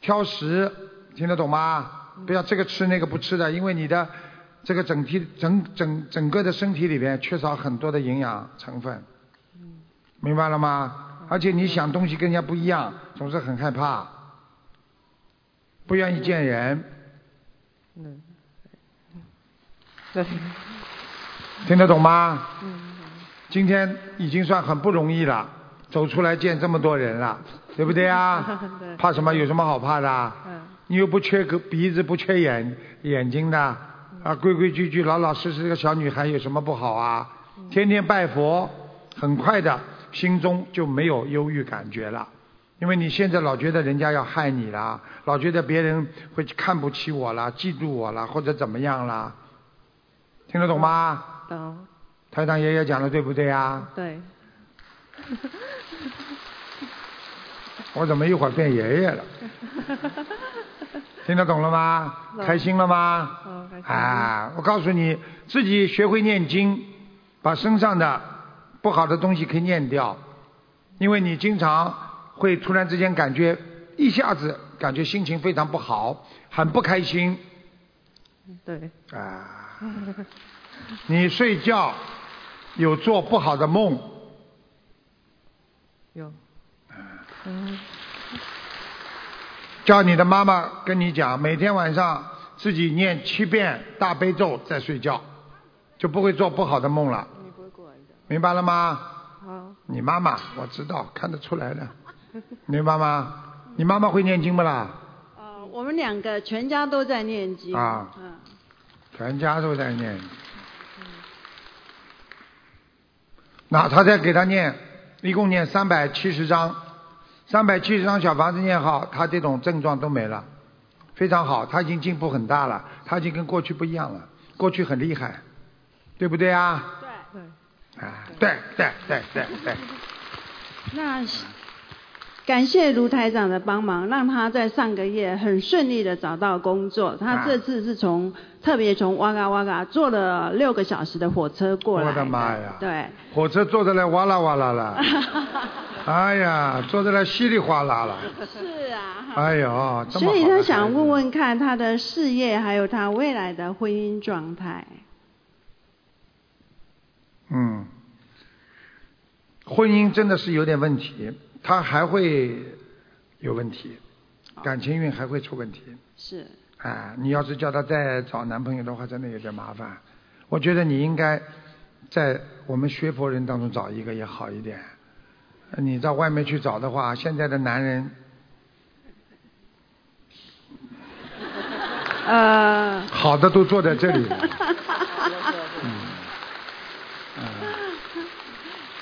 Speaker 2: 挑食，听得懂吗？不要这个吃那个不吃的，因为你的这个整体整整整个的身体里边缺少很多的营养成分，明白了吗？而且你想东西跟人家不一样，总是很害怕，不愿意见人，
Speaker 7: 对，
Speaker 2: 听得懂吗？今天已经算很不容易了，走出来见这么多人了，对不对 啊？
Speaker 7: 对
Speaker 2: 怕什么？有什么好怕的啊？
Speaker 7: 嗯
Speaker 2: 你又不缺个鼻子，不缺眼眼睛的，啊，规规矩矩、老老实实的小女孩有什么不好啊？天天拜佛，很快的心中就没有忧郁感觉了，因为你现在老觉得人家要害你啦，老觉得别人会看不起我啦、嫉妒我啦，或者怎么样啦，听得懂吗？
Speaker 7: 懂，
Speaker 2: 台长爷爷讲的对不对啊？
Speaker 7: 对，
Speaker 2: 我怎么一会儿变爷爷了？听得懂了吗？开心了吗？
Speaker 7: 哦嗯开心
Speaker 2: 啊，我告诉你，自己学会念经，把身上的不好的东西可以念掉，因为你经常会突然之间感觉一下子感觉心情非常不好，很不开心
Speaker 7: 对，
Speaker 2: 啊。你睡觉有做不好的梦，
Speaker 7: 有，
Speaker 2: 叫你的妈妈跟你讲，每天晚上自己念七遍大悲咒再睡觉，就不会做不好的梦了。
Speaker 7: 你不会过来的。
Speaker 2: 明白了吗？
Speaker 7: 好，
Speaker 2: 你妈妈我知道，看得出来的，明白吗？你妈妈会念经不啦？
Speaker 8: 呃，我们两个全家都在念经。
Speaker 2: 啊
Speaker 8: 嗯，
Speaker 2: 全家都在念。那他再给他念，一共念三百七十章，三百七十章小房子念好，他这种症状都没了，非常好，他已经进步很大了，他已经跟过去不一样了，过去很厉害，对不对啊？
Speaker 8: 对。
Speaker 2: 啊，对对对对对，
Speaker 8: 那感谢卢台长的帮忙，让他在上个月很顺利的找到工作。
Speaker 2: 啊
Speaker 8: 他这次是从、特别从哇嘎哇嘎坐了六个小时的火车过来。
Speaker 2: 我的妈呀
Speaker 8: 对，
Speaker 2: 火车坐得来哇啦哇啦 了，哎呀，坐得来稀里哗啦了，
Speaker 8: 是啊。
Speaker 2: 哎呦，这么
Speaker 8: 所以
Speaker 2: 好的
Speaker 8: 他
Speaker 2: 孩
Speaker 8: 想
Speaker 2: 子
Speaker 8: 问问看他的事业，还有他未来的婚姻状态。
Speaker 2: 嗯，婚姻真的是有点问题，他还会有问题，感情运还会出问题。
Speaker 8: 是，
Speaker 2: 啊，你要是叫她再找男朋友的话，真的有点麻烦。我觉得你应该在我们学佛人当中找一个也好一点。你到外面去找的话，现在的男人
Speaker 8: 呃，
Speaker 2: 好的都坐在这里了。嗯，嗯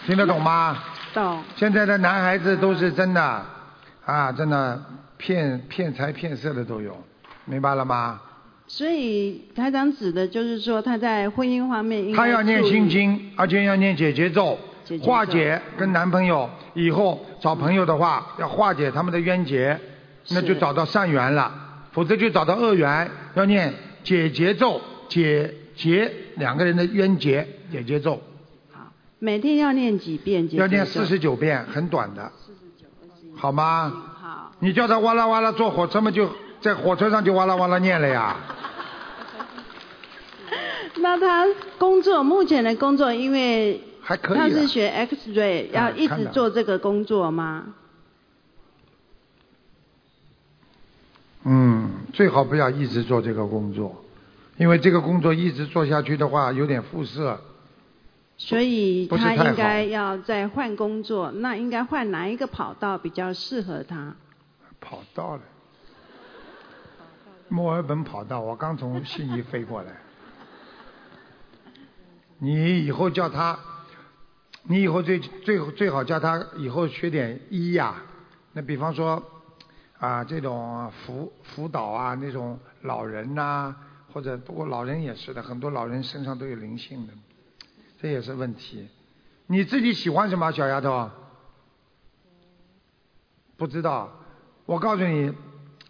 Speaker 2: 听得懂吗？
Speaker 8: 懂，
Speaker 2: 现在的男孩子都是真的啊，真的骗骗财骗色的都有，明白了吗？
Speaker 8: 所以台长指的就是说他在婚姻方面应该
Speaker 2: 她要念
Speaker 8: 注意
Speaker 2: 心，经，而且要念解结咒
Speaker 8: 解，结咒
Speaker 2: 化解跟男朋友以后找朋友的话，要化解他们的冤结，那就是找到善缘了，否则就找到恶缘，要念解结咒，解结两个人的冤结，解结咒
Speaker 8: 好，每天要念几遍？
Speaker 2: 要念
Speaker 8: 姐姐
Speaker 2: 四十九遍，很短的，好吗？
Speaker 8: 好，
Speaker 2: 你叫他哇啦哇啦坐火车嘛，就在火车上就哇啦哇啦念了呀。
Speaker 8: 那他工作目前的工作，因为
Speaker 2: 还可以啊
Speaker 8: 他是学 X-ray，
Speaker 2: 啊
Speaker 8: 要一
Speaker 2: 看
Speaker 8: 直
Speaker 2: 到
Speaker 8: 做这个工作吗？
Speaker 2: 嗯，最好不要一直做这个工作，因为这个工作一直做下去的话，有点辐射。
Speaker 8: 所以
Speaker 2: 不是
Speaker 8: 他
Speaker 2: 太好
Speaker 8: 应该要再换工作，那应该换哪一个跑道比较适合他？
Speaker 2: 跑道了，墨尔本跑道，我刚从悉尼飞过来。你以后叫他，你以后最最最好叫他以后学点医呀、那比方说啊，这种辅辅导啊，那种老人呐、或者不过老人也是的，很多老人身上都有灵性的，这也是问题。你自己喜欢什么，小丫头？不知道，我告诉你，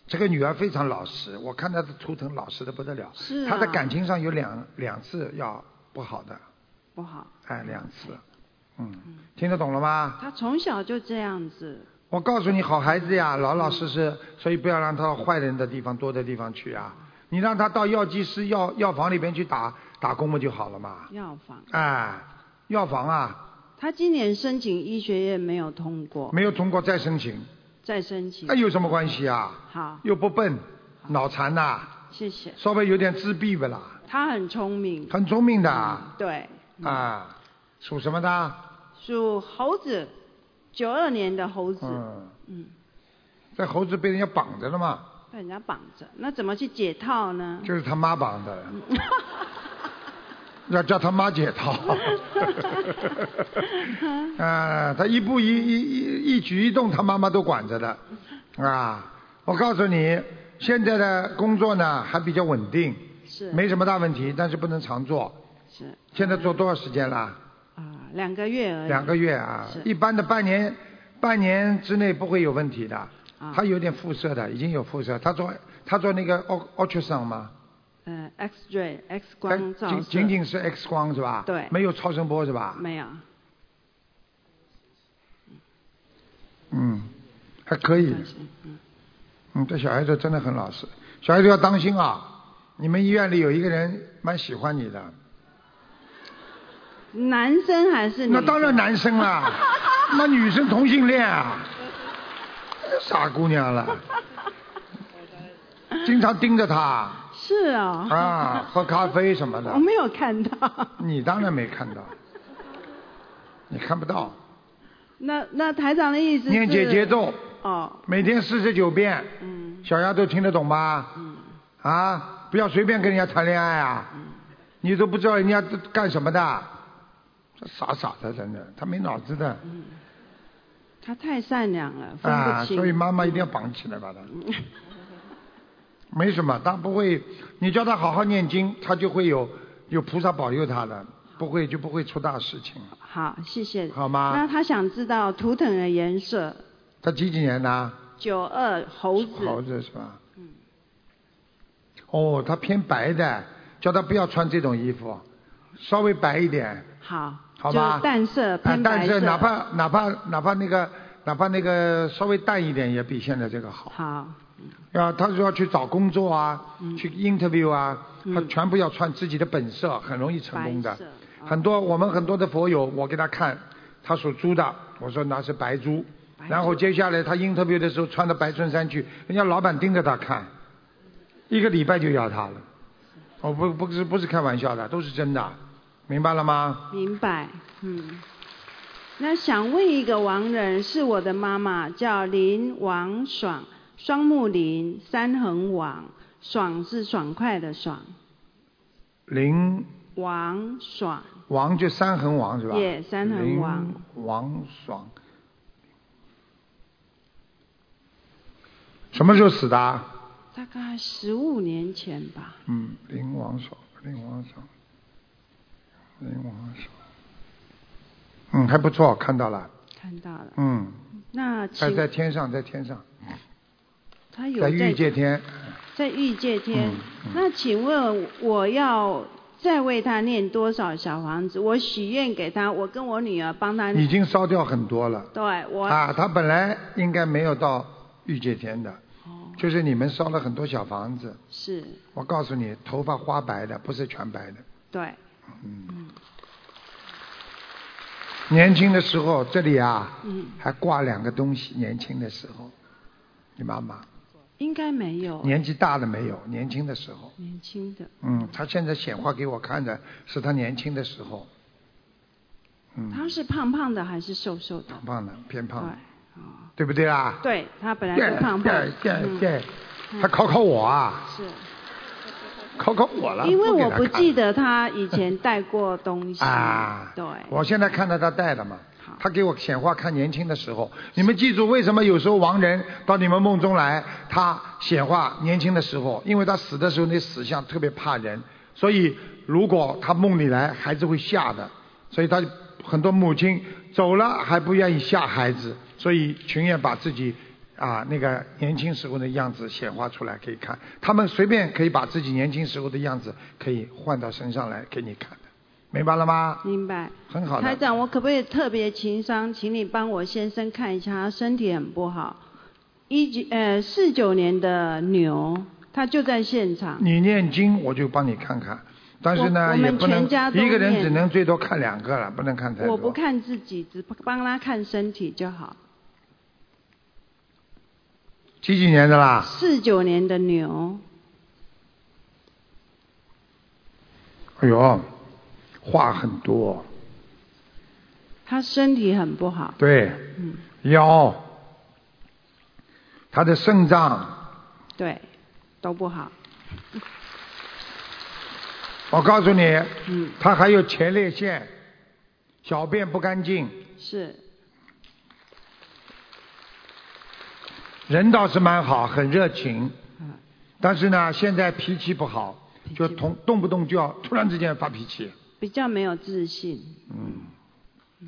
Speaker 2: 这个女儿非常老实，我看她的图腾老实的不得了。
Speaker 8: 是啊
Speaker 2: 她的感情上有两两次要不好的，
Speaker 8: 不好，
Speaker 2: 哎，两次，嗯，听得懂了吗？
Speaker 8: 他从小就这样子，
Speaker 2: 我告诉你，好孩子呀，老老实实，所以不要让他到坏人的地方、多的地方去啊。你让他到药剂师药药房里边去打打工不就好了嘛？
Speaker 8: 药房。
Speaker 2: 哎，药房啊，
Speaker 8: 他今年申请医学院没有通过，
Speaker 2: 没有哎通过再申请，
Speaker 8: 再申请
Speaker 2: 那。有什么关系啊？
Speaker 8: 好，
Speaker 2: 又不笨，脑残呐、
Speaker 8: 谢谢。
Speaker 2: 稍微有点自闭不啦？
Speaker 8: 他很聪明，
Speaker 2: 很聪明的啊，
Speaker 8: 对，
Speaker 2: 啊，属什么的？
Speaker 8: 属猴子，九二年的猴子，
Speaker 2: 嗯，
Speaker 8: 嗯，
Speaker 2: 这猴子被人家绑着了嘛，
Speaker 8: 被人家绑着，那怎么去解套呢？
Speaker 2: 就是他妈绑 的，要叫他妈解 套。啊，他一步一一一一举一动，他妈妈都管着的，啊，我告诉你，现在的工作呢还比较稳定，
Speaker 8: 是
Speaker 2: 没什么大问题，但是不能常做。
Speaker 8: 是
Speaker 2: 现在做多少时间啦？
Speaker 8: 啊，两个月而已。
Speaker 2: 两个月啊
Speaker 8: 是，
Speaker 2: 一般的半年半年之内不会有问题
Speaker 8: 啊
Speaker 2: 的。他有点辐射的，已经有辐射。他做他做那个 ul- ultrasound 吗？
Speaker 8: 呃，X-ray X 光照
Speaker 2: 仅
Speaker 8: 射
Speaker 2: 仅仅是 X 光是吧？
Speaker 8: 对
Speaker 2: 没有超声波是吧？
Speaker 8: 没有，
Speaker 2: 嗯，还可以。嗯，这小孩子真的很老实，小孩子要当心啊！你们医院里有一个人蛮喜欢你的，
Speaker 8: 男生还是女
Speaker 2: 那
Speaker 8: 生？
Speaker 2: 当然男生 啦，那女生同性恋啊，傻姑娘了，经常盯着她
Speaker 8: 是啊、
Speaker 2: 啊，喝咖啡什么的
Speaker 8: 我。没有看到。
Speaker 2: 你当然没看到，你看不到。
Speaker 8: 那那台长的意思是？
Speaker 2: 念姐姐咒，
Speaker 8: 哦，
Speaker 2: 每天四十九遍，
Speaker 8: 嗯
Speaker 2: 小丫头听得懂吗？啊，不要随便跟人家谈恋爱啊！
Speaker 8: 嗯
Speaker 2: 你都不知道人家干什么的，这傻傻的，真的，他没脑子的
Speaker 8: 他太善良了，分
Speaker 2: 啊！
Speaker 8: 不清。
Speaker 2: 所以妈妈一定要绑起来把 他。没什么，他不会，你叫他好好念经，他就会有有菩萨保佑他的，不会就不会出大事情，
Speaker 8: 好，谢谢。
Speaker 2: 好吗？
Speaker 8: 那他想知道图腾的颜色，
Speaker 2: 他几几年的啊？
Speaker 8: 九二猴子。
Speaker 2: 猴子是吧？嗯。哦，他偏白的，叫他不要穿这种衣服，稍微白一点，
Speaker 8: 好，
Speaker 2: 好吧？
Speaker 8: 就淡色偏
Speaker 2: 啊
Speaker 8: 白
Speaker 2: 淡色，哪怕哪怕哪怕那个哪怕那个稍微淡一点，也比现在这个好。
Speaker 8: 好，嗯
Speaker 2: 啊，他说要去找工作啊，去 interview 啊，他全部要穿自己的本色，很容易成功的
Speaker 8: 白色。嗯
Speaker 2: 很多我们很多的佛友，我给他看他属猪的，我说那是白猪。然后接下来他 interview 的时候穿着白衬衫去，人家老板盯着他看，一个礼拜就要他了。我不不是不是开玩笑的，都是真的，明白了吗？
Speaker 8: 明白，嗯。那想问一个亡人，是我的妈妈，叫林王爽，双木林，三横王，爽是爽快的爽，
Speaker 2: 林
Speaker 8: 王爽，
Speaker 2: 王就三横王是吧？
Speaker 8: 耶三横王
Speaker 2: 林王爽。什么时候死的啊？
Speaker 8: 大概十五年前吧。
Speaker 2: 嗯，林王爽，林王爽，林王爽。嗯，还不错，看到了。
Speaker 8: 看到了，
Speaker 2: 嗯，
Speaker 8: 那
Speaker 2: 在
Speaker 8: 啊请
Speaker 2: 在天上，在天上，
Speaker 8: 他有
Speaker 2: 在
Speaker 8: 在
Speaker 2: 欲界天。
Speaker 8: 在欲界天。
Speaker 2: 嗯嗯
Speaker 8: 那请问我要再为他念多少小房子？我许愿给他，我跟我女儿帮他
Speaker 2: 已
Speaker 8: 念。
Speaker 2: 经烧掉很多了。
Speaker 8: 对，我、
Speaker 2: 啊，他本来应该没有到欲界天的，就是你们烧了很多小房子。
Speaker 8: 哦是
Speaker 2: 我告诉你，头发花白的，不是全白的。
Speaker 8: 对，
Speaker 2: 年轻的时候，这里啊，
Speaker 8: 嗯，
Speaker 2: 还挂两个东西。年轻的时候，你妈妈
Speaker 8: 应该没有
Speaker 2: 年纪大了没有？年轻的时候，
Speaker 8: 年轻的，
Speaker 2: 嗯，她现在显化给我看的是她年轻的时候，嗯，
Speaker 8: 他是胖胖的还是瘦瘦的
Speaker 2: 胖？胖的，偏
Speaker 8: 对哦
Speaker 2: 胖，对不对啊？
Speaker 8: 对，他本来
Speaker 2: 对
Speaker 8: 就胖胖
Speaker 2: 对
Speaker 8: 的，
Speaker 2: 对对，
Speaker 8: 嗯
Speaker 2: 她考考我啊，
Speaker 8: 是
Speaker 2: 考考我了，
Speaker 8: 因为
Speaker 2: 给
Speaker 8: 我
Speaker 2: 她
Speaker 8: 不
Speaker 2: 看
Speaker 8: 记得他以前带过东西。
Speaker 2: 啊，
Speaker 8: 对，
Speaker 2: 我现在看到他带的嘛
Speaker 8: 好，
Speaker 2: 他给我显化看年轻的时候。你们记住，为什么有时候亡人到你们梦中来，他显化年轻的时候，因为他死的时候那死相特别怕人，所以如果他梦里来，孩子会吓的。所以他很多母亲走了还不愿意吓孩子，所以情愿把自己啊那个年轻时候的样子显化出来给看。他们随便可以把自己年轻时候的样子可以换到身上来给你看的，明白了吗？
Speaker 8: 明白。
Speaker 2: 很好
Speaker 8: 台
Speaker 2: 的，
Speaker 8: 长，我可不可以特别情商，请你帮我先生看一下，他身体很不好。一九呃四九年的牛，他就在现场。
Speaker 2: 你念经我就帮你看看，但是
Speaker 8: 我
Speaker 2: 呢
Speaker 8: 我
Speaker 2: 也
Speaker 8: 们
Speaker 2: 不能
Speaker 8: 全家都
Speaker 2: 一个人
Speaker 8: 念
Speaker 2: 只能最多看两个了，不能看太多。
Speaker 8: 我不看自己，只帮他看身体就好。
Speaker 2: 几几年的啦？
Speaker 8: 四九年的牛，
Speaker 2: 哎呦，话很多，
Speaker 8: 他身体很不好。
Speaker 2: 对，
Speaker 8: 嗯，
Speaker 2: 腰，他的肾脏，
Speaker 8: 对，都不好。
Speaker 2: 我告诉你，
Speaker 8: 嗯，
Speaker 2: 他还有前列腺，小便不干净，
Speaker 8: 是
Speaker 2: 人倒是蛮好，很热情
Speaker 8: 嗯，
Speaker 2: 但是呢，现在脾气不好，就动动不动就要突然之间发脾气。
Speaker 8: 比较没有自信。
Speaker 2: 嗯，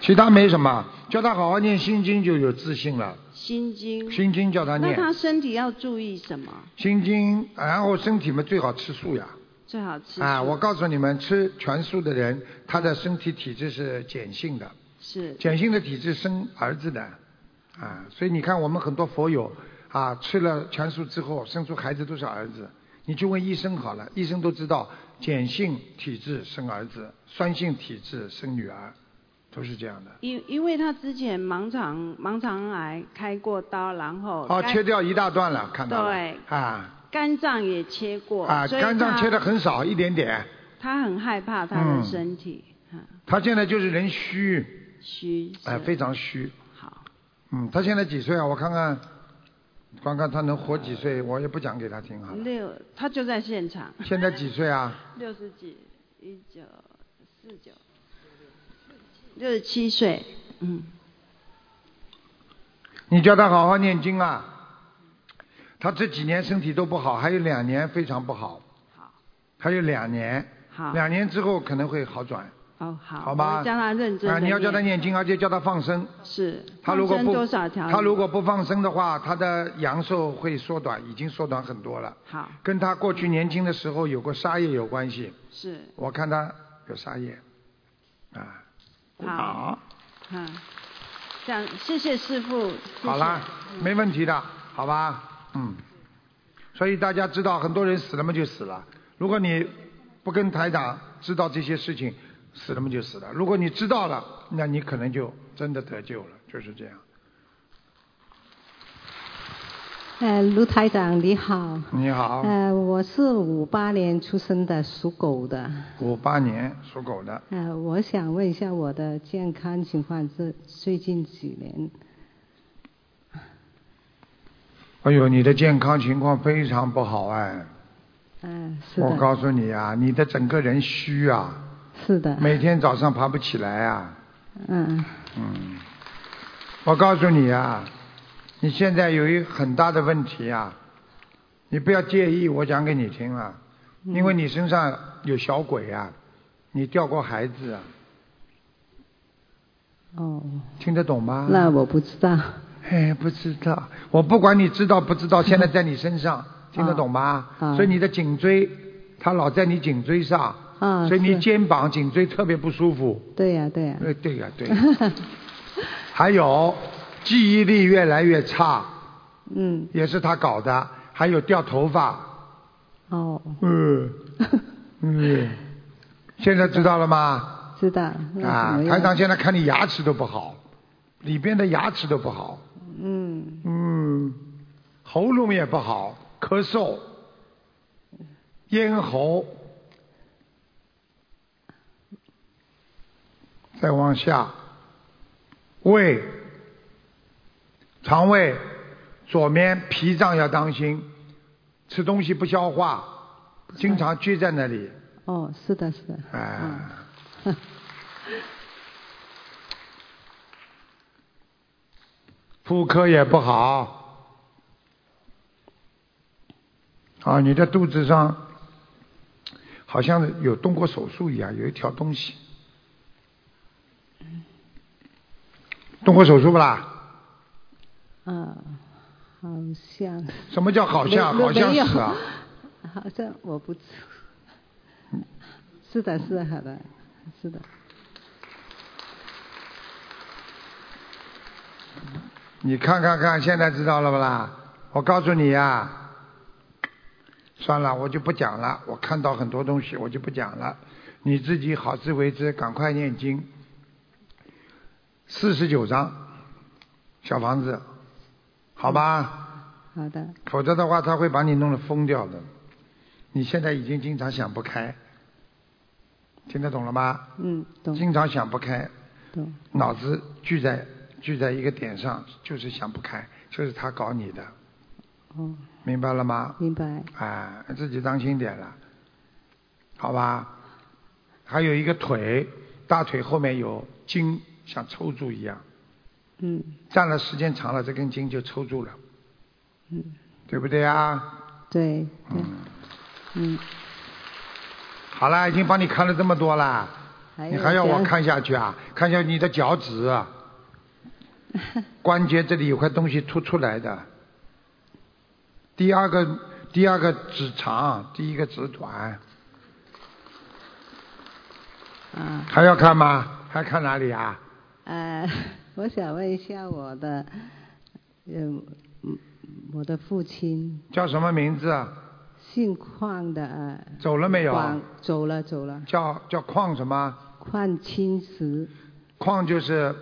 Speaker 2: 其他没什么，叫他好好念心经就有自信了。
Speaker 8: 心经。
Speaker 2: 心经叫他
Speaker 8: 那
Speaker 2: 念，
Speaker 8: 他身体要注意什么？
Speaker 2: 心经，然后身体嘛最好吃素呀。
Speaker 8: 最好吃素
Speaker 2: 啊，我告诉你们，吃全素的人，他的身体体质是碱性的，
Speaker 8: 是
Speaker 2: 碱性的体质生儿子的，啊，所以你看我们很多佛友啊，吃了全素之后生出孩子都是儿子，你去问医生好了，医生都知道碱性体质生儿子，酸性体质生女儿，都是这样的。
Speaker 8: 因因为他之前盲肠盲肠癌开过刀，然后
Speaker 2: 哦，
Speaker 8: 肝
Speaker 2: 切掉一大段了，看到了。
Speaker 8: 对
Speaker 2: 啊
Speaker 8: 肝脏也切过，
Speaker 2: 啊，
Speaker 8: 所以
Speaker 2: 肝脏
Speaker 8: 他
Speaker 2: 切的很少，一点点。
Speaker 8: 他很害怕他
Speaker 2: 嗯
Speaker 8: 的身体、
Speaker 2: 他现在就是人虚，
Speaker 8: 虚，
Speaker 2: 哎、非常虚。
Speaker 8: 好。
Speaker 2: 嗯，他现在几岁啊？我看看，看看他能活几岁，我也不讲给他听好了。
Speaker 8: 六，他就在现场，
Speaker 2: 嗯现在几岁啊？
Speaker 8: 六十几，一九四九，六十七岁，嗯，
Speaker 2: 你叫他好好念经啊！他这几年身体都不好，还有两年非常不好。
Speaker 8: 好。
Speaker 2: 还有两年，
Speaker 8: 好，
Speaker 2: 两年之后可能会好转，
Speaker 8: 哦好，
Speaker 2: 好吧
Speaker 8: 我叫他认真
Speaker 2: 啊！
Speaker 8: 地
Speaker 2: 你要叫他念经，而且叫他放生。
Speaker 8: 是，
Speaker 2: 他如果
Speaker 8: 放生
Speaker 2: 不
Speaker 8: 多少条鱼，
Speaker 2: 他如果不放生的话，他的阳寿会缩短，已经缩短很多了。
Speaker 8: 好
Speaker 2: 跟他过去年轻的时候有过杀业有关系，
Speaker 8: 是
Speaker 2: 我看他有杀业，啊，
Speaker 8: 好，，嗯，这样谢谢师傅，谢谢
Speaker 2: 好啦，没问题的，好吧，嗯，所以大家知道，很多人死了嘛就死了。如果你不跟台长知道这些事情，死了嘛就死了。如果你知道了，那你可能就真的得救了，就是这样。
Speaker 9: 呃，卢台长你好，
Speaker 2: 你好，
Speaker 9: 呃，我是五八年出生的，属狗的。
Speaker 2: 五八年属狗的，
Speaker 9: 呃，我想问一下我的健康情况，这最近几年，
Speaker 2: 哎呦，你的健康情况非常不好哎。
Speaker 9: 嗯、是
Speaker 2: 我
Speaker 9: 的，
Speaker 2: 告诉你啊，你的整个人虚啊，
Speaker 9: 是的，
Speaker 2: 每天早上爬不起来啊。
Speaker 9: 嗯，
Speaker 2: 嗯，我告诉你啊，你现在有一很大的问题啊，你不要介意，我讲给你听啊，
Speaker 9: 嗯
Speaker 2: 因为你身上有小鬼啊，你掉过孩子啊，
Speaker 9: 哦，
Speaker 2: 听得懂吗？
Speaker 9: 那我不知道，
Speaker 2: 哎，不知道，我不管你知道不知道，现在在你身上，
Speaker 9: 嗯
Speaker 2: 听得懂吗？
Speaker 9: 啊
Speaker 2: 所以你的颈椎，它老在你颈椎上，
Speaker 9: 啊
Speaker 2: 所以你
Speaker 9: 是
Speaker 2: 肩膀、颈椎特别不舒服。
Speaker 9: 对呀、对呀、啊
Speaker 2: 哎，对呀、对呀、还有记忆力越来越差，
Speaker 9: 嗯，
Speaker 2: 也是他搞的，还有掉头发，
Speaker 9: 哦，
Speaker 2: 嗯，嗯，现在知道了吗？
Speaker 9: 知道，那
Speaker 2: 啊
Speaker 9: 怎么，
Speaker 2: 台
Speaker 9: 样？
Speaker 2: 长现在看你牙齿都不好，里边的牙齿都不好，
Speaker 9: 嗯，
Speaker 2: 嗯，喉咙也不好，咳嗽，咽喉，再往下，胃，肠胃，左面脾脏要当心，吃东西不消化，经常撅在那里，
Speaker 9: 哦，是的，是的，嗯
Speaker 2: 哎、妇科也不好。啊，你的肚子上好像有动过手术一样，有一条东西。动过手术不啦？
Speaker 9: 嗯、好像，
Speaker 2: 什么叫好像？
Speaker 9: 没
Speaker 2: 好像
Speaker 9: 没有
Speaker 2: 是啊。
Speaker 9: 好像我不知，是的，是的，好的，是的，
Speaker 2: 你看看看，现在知道了不啦？我告诉你呀、算了，我就不讲了。我看到很多东西，我就不讲了。你自己好自为之，赶快念经。四十九章，小房子，好吧？
Speaker 9: 好的，
Speaker 2: 否则的话，他会把你弄得疯掉的。你现在已经经常想不开，听得懂了吗？
Speaker 9: 嗯，懂
Speaker 2: 经常想不开，
Speaker 9: 懂，
Speaker 2: 脑子聚在聚在一个点上，就是想不开，就是他搞你的，
Speaker 9: 哦，
Speaker 2: 明白了吗？
Speaker 9: 明白。
Speaker 2: 啊，自己当心点了，好吧？还有一个腿，大腿后面有筋，像抽住一样，
Speaker 9: 嗯
Speaker 2: 站了时间长了，这根筋就抽住了，
Speaker 9: 嗯，
Speaker 2: 对不对啊？
Speaker 9: 对，对，嗯，
Speaker 2: 好了，已经帮你看了这么多啦，
Speaker 7: 还
Speaker 2: 你还要我
Speaker 7: 想
Speaker 2: 看下去啊？看下你的脚趾啊，关节这里有块东西凸出来的。第二个，第二个指长，第一个指短。
Speaker 9: 啊。
Speaker 2: 还要看吗？还看哪里啊？
Speaker 9: 呃，我想问一下我的，嗯、嗯，我的父亲
Speaker 2: 叫什么名字？啊
Speaker 9: 姓邝的，呃、
Speaker 2: 走了没有？啊
Speaker 9: 广走了走了，
Speaker 2: 叫叫邝什么？
Speaker 9: 邝清时，
Speaker 2: 邝就是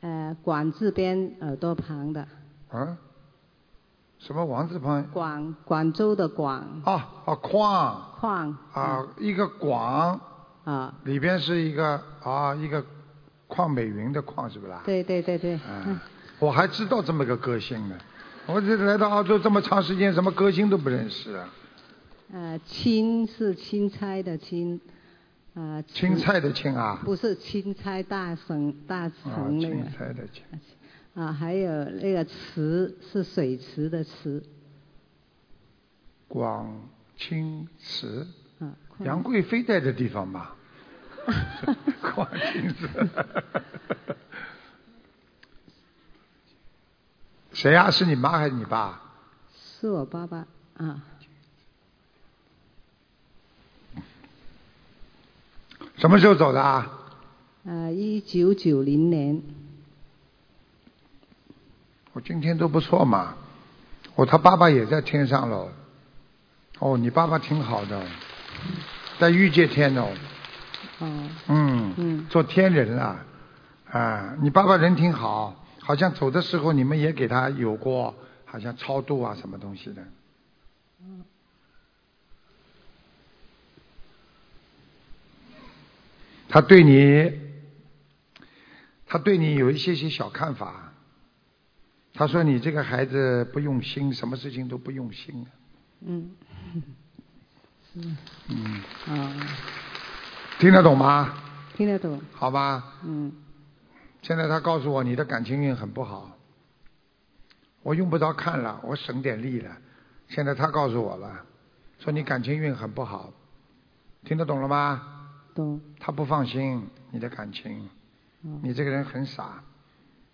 Speaker 9: 呃，广字边耳朵旁的，
Speaker 2: 啊，什么王字旁？
Speaker 9: 广广州的广，
Speaker 2: 哦哦，邝
Speaker 9: 邝嗯
Speaker 2: 啊，一个广
Speaker 9: 啊，
Speaker 2: 里边是一个啊一个邝美云的邝是不是啦？
Speaker 9: 对对对对，
Speaker 2: 啊
Speaker 9: 嗯
Speaker 2: 我还知道这么个歌星呢，我这来到澳洲这么长时间，什么歌星都不认识啊。
Speaker 9: 呃，青是钦差的钦，啊、呃，
Speaker 2: 青菜的青啊，
Speaker 9: 不是钦差大省大
Speaker 2: 啊，
Speaker 9: 城那个
Speaker 2: 青菜的青，
Speaker 9: 啊，还有那个池是水池的池，
Speaker 2: 广清池，
Speaker 9: 啊，邝
Speaker 2: 杨贵妃待的地方吧。广清池， 谁呀、是你妈还是你爸？
Speaker 9: 是我爸爸啊，
Speaker 2: 什么时候走的啊？
Speaker 9: 呃，一九九零年，
Speaker 2: 我今天都不错嘛，我他爸爸也在天上喽。哦，你爸爸挺好的，在御界天哦，
Speaker 9: 哦，
Speaker 2: 嗯，
Speaker 9: 嗯
Speaker 2: 做天人了，啊，你爸爸人挺好，好像走的时候你们也给他有过好像超度啊什么东西的。他对你，他对你有一些些小看法。他说你这个孩子不用心，什么事情都不用心。
Speaker 9: 嗯，
Speaker 2: 嗯，
Speaker 9: 啊，
Speaker 2: 听得懂吗？
Speaker 9: 听得懂，
Speaker 2: 好吧。
Speaker 9: 嗯，
Speaker 2: 现在他告诉我你的感情运很不好，我用不着看了，我省点力了。现在他告诉我了，说你感情运很不好，听得懂了吗？
Speaker 9: 懂，
Speaker 2: 他不放心你的感情，
Speaker 9: 哦
Speaker 2: 你这个人很傻。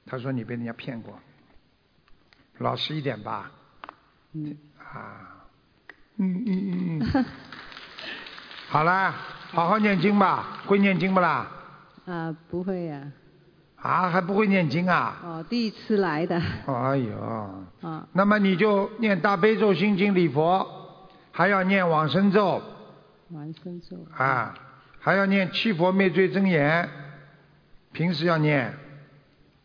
Speaker 2: 他说你被人家骗过，老实一点吧。
Speaker 9: 嗯，
Speaker 2: 啊，嗯嗯嗯嗯，好啦，好好念经吧，会念经不啦？
Speaker 9: 啊，不会呀、
Speaker 2: 啊，还不会念经啊？
Speaker 9: 哦，第一次来的，
Speaker 2: 哎呦，
Speaker 9: 啊，
Speaker 2: 那么你就念大悲咒、心经、礼佛，还要念往生咒
Speaker 9: 完生咒，
Speaker 2: 啊，还要念七佛灭罪真言，平时要念，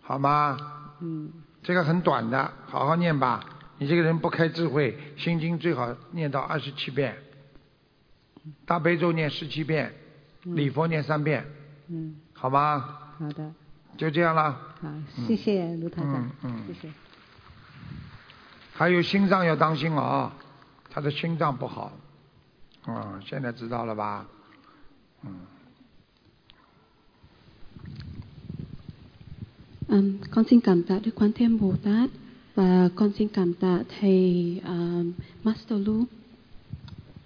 Speaker 2: 好吗？
Speaker 9: 嗯，
Speaker 2: 这个很短的，好好念吧。你这个人不开智慧，心经最好念到二十七遍，大悲咒念十七遍，
Speaker 9: 嗯
Speaker 2: 礼佛念三遍，
Speaker 9: 嗯，
Speaker 2: 好吗？
Speaker 9: 好的，
Speaker 2: 就这样了。
Speaker 9: 好，谢谢卢台长
Speaker 2: 嗯，嗯
Speaker 9: 谢谢，
Speaker 2: 还有心脏要当心啊、他的心脏不好，啊、现在知道了吧？
Speaker 10: Ừm, con xin cảm tạ Đức Quán Thế Âm Bồ Tát và con xin cảm tạ thầy ờm, Master Lu.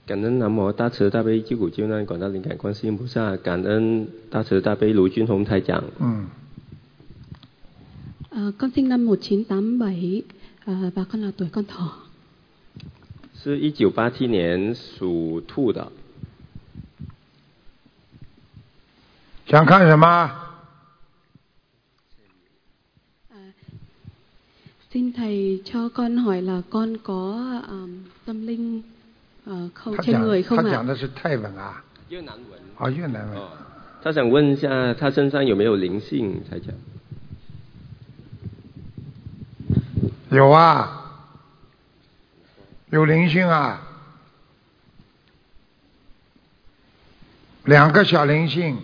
Speaker 11: 感恩南无大慈大悲救苦救难广大灵感观世音菩萨，感恩大慈大悲卢俊宏台长。
Speaker 2: 嗯，
Speaker 10: Ờ, con sinh năm 1987 ờ, và con là tuổi con thỏ.
Speaker 11: 是一九八七年属兔的，
Speaker 2: 想看什么？
Speaker 10: Xin thầy cho con hỏi là con có ờm, tâm linh ờ, không
Speaker 2: 他
Speaker 10: trên
Speaker 2: 讲
Speaker 10: người không
Speaker 2: 他
Speaker 10: ạ?
Speaker 2: 讲的是泰文啊，
Speaker 11: 越南文。哦
Speaker 2: 啊越南文，
Speaker 11: 他想问一下，他身上有没有灵性？台长，
Speaker 2: 有啊，有灵性啊，两个小灵性，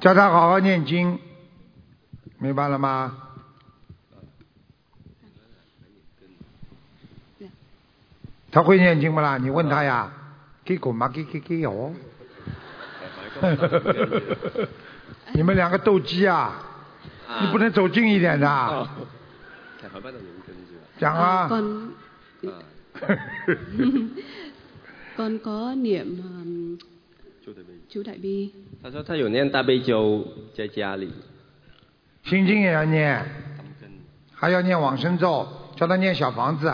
Speaker 2: 叫他好好念经，明白了吗？他会念经不啦？你问他呀，给狗嘛，给给给有。哦 你们两个斗鸡啊！你不能走近一点的啊，
Speaker 11: 哦
Speaker 2: 讲
Speaker 10: Ờ,
Speaker 11: 啊
Speaker 2: 啊！
Speaker 10: con con có niệm um, chú đại bi
Speaker 11: 他说他有念大悲咒在家里，
Speaker 2: 心经也要念，还要念往生咒，叫他念小房子。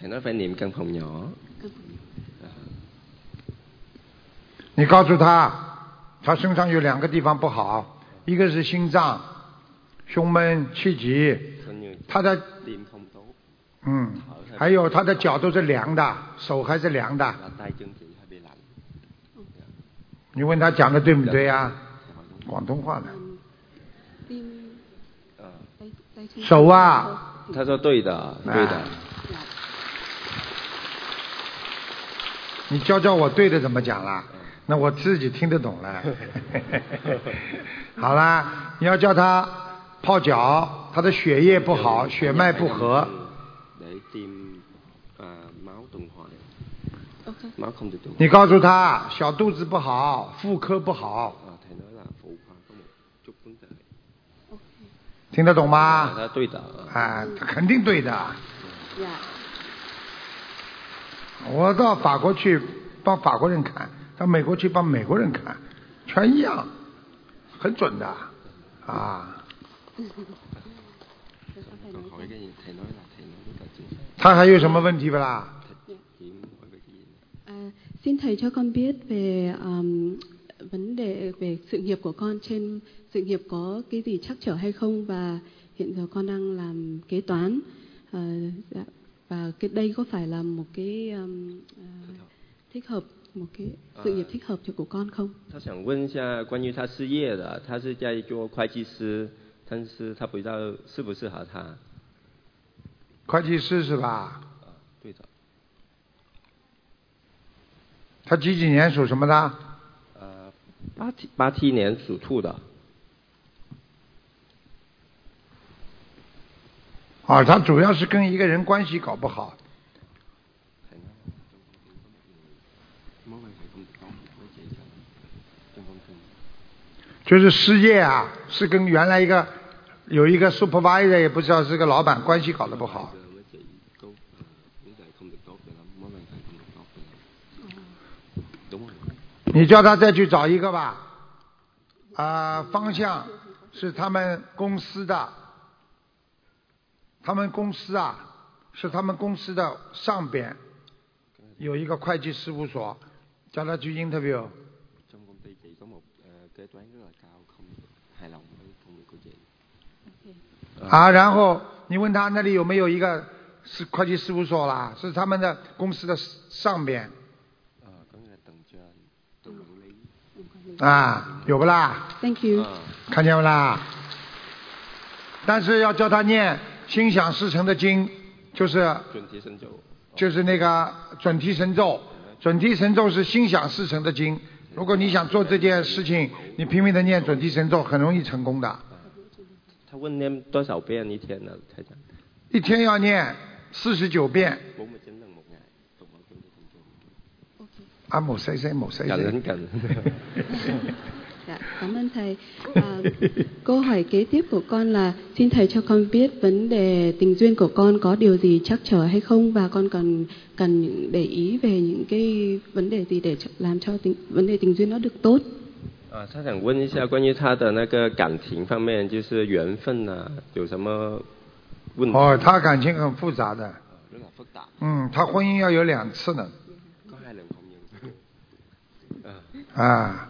Speaker 11: thành nói phải niệm căn phòng nhỏ。啊
Speaker 2: 你告诉他，他身上有两个地方不好，一个是心脏、胸闷、气急，他的
Speaker 11: 念không tốt，
Speaker 2: 嗯，还有他的脚都是凉的，手还是凉的。
Speaker 11: là tay chân chị hay bị lạnh。
Speaker 2: 你问他讲的对不对啊？广东话的，手啊，
Speaker 11: 他说对的，对的。
Speaker 2: 你教教我对的怎么讲啦？那我自己听得懂了。好啦，你要叫他泡脚，他的血液不好，血脉不
Speaker 11: 哎
Speaker 2: 和，
Speaker 11: để tìm à, máu tuần hoàn. Máu không được tuần
Speaker 2: 你告诉他小肚子不好，妇科不好，
Speaker 11: À, thầy nói là phụ khoa có một chút vấn đề.
Speaker 2: 听得懂吗？
Speaker 11: 他对的，
Speaker 2: 啊，肯定对的。我到法国去帮法国人看，到美国去帮美国人看，全一样，很准的啊。
Speaker 11: còn hỏi cái gì thầy nói là thầy nói rất là chính xác.
Speaker 2: 他还有什么问题不啦？
Speaker 11: Chị muốn hỏi về cái gì?
Speaker 10: à, xin thầy cho con biết về um, vấn đề về sự nghiệp của con trên sự nghiệp có cái gì chắc trở hay không và hiện giờ con đang làm kế toán à, dạ, và cái đây có phải là một cái um, à, thích hợp một cái sự
Speaker 11: À. Dạ.
Speaker 10: nghiệp thích hợp cho của con không
Speaker 11: 他想问一下关于他事业的，他是在做会计师，但是他不知道适不适合他。
Speaker 2: 会计师是吧？
Speaker 11: 啊对的，
Speaker 2: 他几几年属什么的？
Speaker 11: 呃，八七八七年属兔的，
Speaker 2: 啊，他主要是跟一个人关系搞不好，
Speaker 11: mối quan hệ công công với chị chồng trong công ty.
Speaker 2: 就是失业啊，是跟原来一个有一个 supervisor 也不知道是个老板关系搞得不好，
Speaker 11: Giờ với chị có ờ, mối quan hệ không được tốt cho lắm, mối quan hệ không được tốt cho lắm. Đúng rồi.
Speaker 2: 你叫他再去找一个吧。啊、方向是他们公司的，他们公司啊是他们公司的上边有一个会计事务所，叫他去 interview。
Speaker 11: Trong công ty chị có một ờ, kế toán rất là cao, không hài lòng với công việc của chị.
Speaker 2: 啊，然后你问他那里有没有一个是会计事务所啦，是他们的公司的上边
Speaker 11: Ờ, có nghĩa là tầng trên, tầng quản lý.
Speaker 2: 啊，有不啦？
Speaker 10: 嗯 thank you
Speaker 2: 看见不啦？但是要叫他念心想事成的经，就是
Speaker 11: 准提神咒，
Speaker 2: 就是那个准提神咒，准提神咒是心想事成的经。如果你想做这件事情，你拼命的念准提神咒，很容易成功的。
Speaker 11: 他问 em 多少遍一天呢？台长，
Speaker 2: 一天要念四十九遍
Speaker 11: bốn mươi chín lần một ngày. Tụng vào kinh tế thần chú.
Speaker 2: 啊，某谁谁某谁谁。
Speaker 11: 感恩感恩。
Speaker 10: Dạ, cảm ơn thầy. À, câu hỏi kế tiếp của con là xin thầy cho con biết vấn đề tình duyên của con có điều gì trắc trở hay không và con cần cần những- để ý về những cái vấn đề gì để cho- làm cho tình, vấn đề tình duyên nó được tốt.
Speaker 11: 啊，他想问一下关于他的那个感情方面，就是缘分呐、有什么问题？
Speaker 2: 哦，他感情很复杂的，
Speaker 11: rất là phức tạp，
Speaker 2: 嗯，他婚姻要有两次呢，
Speaker 11: có hai lần hôn nhân. Ờ,
Speaker 2: 啊，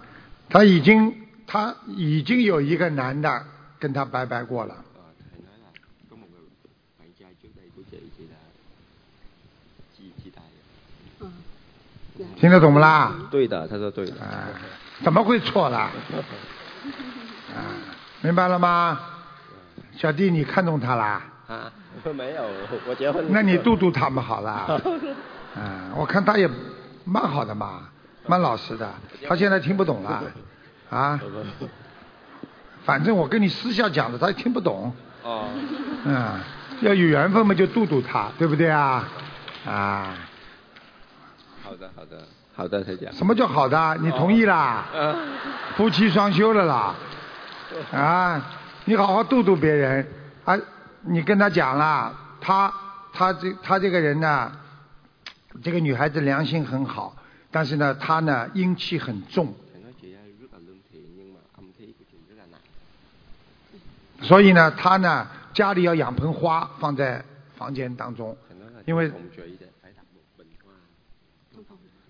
Speaker 2: 他已经他已经有一个男的跟他拜拜过了，
Speaker 11: ờ, thầy nói là có một người bạn trai trước đây của chị chị đã chia chia tay.
Speaker 2: 听得懂不啦？
Speaker 11: 对的，他说对的。
Speaker 2: 怎么会错啦？啊，明白了吗？小弟，你看中他啦？
Speaker 11: 啊， 没有，我结婚。
Speaker 2: 那你度度他们好啦。啊，我看他也蛮好的嘛，蛮老实的。他现在听不懂啦，啊，反正我跟你私下讲的，他也听不懂。
Speaker 11: 哦，
Speaker 2: 嗯，要有缘分嘛，就度度他，对不对啊？啊，
Speaker 11: 好的好的好的，台长。
Speaker 2: 什么叫好的？你同意啦？夫妻双修了啦？啊，你好好度度别人啊！你跟他讲啦，他他这他这个人呢，这个女孩子良心很好，但是呢，她呢阴气很重，所以呢，她呢家里要养盆花放在房间当中，因为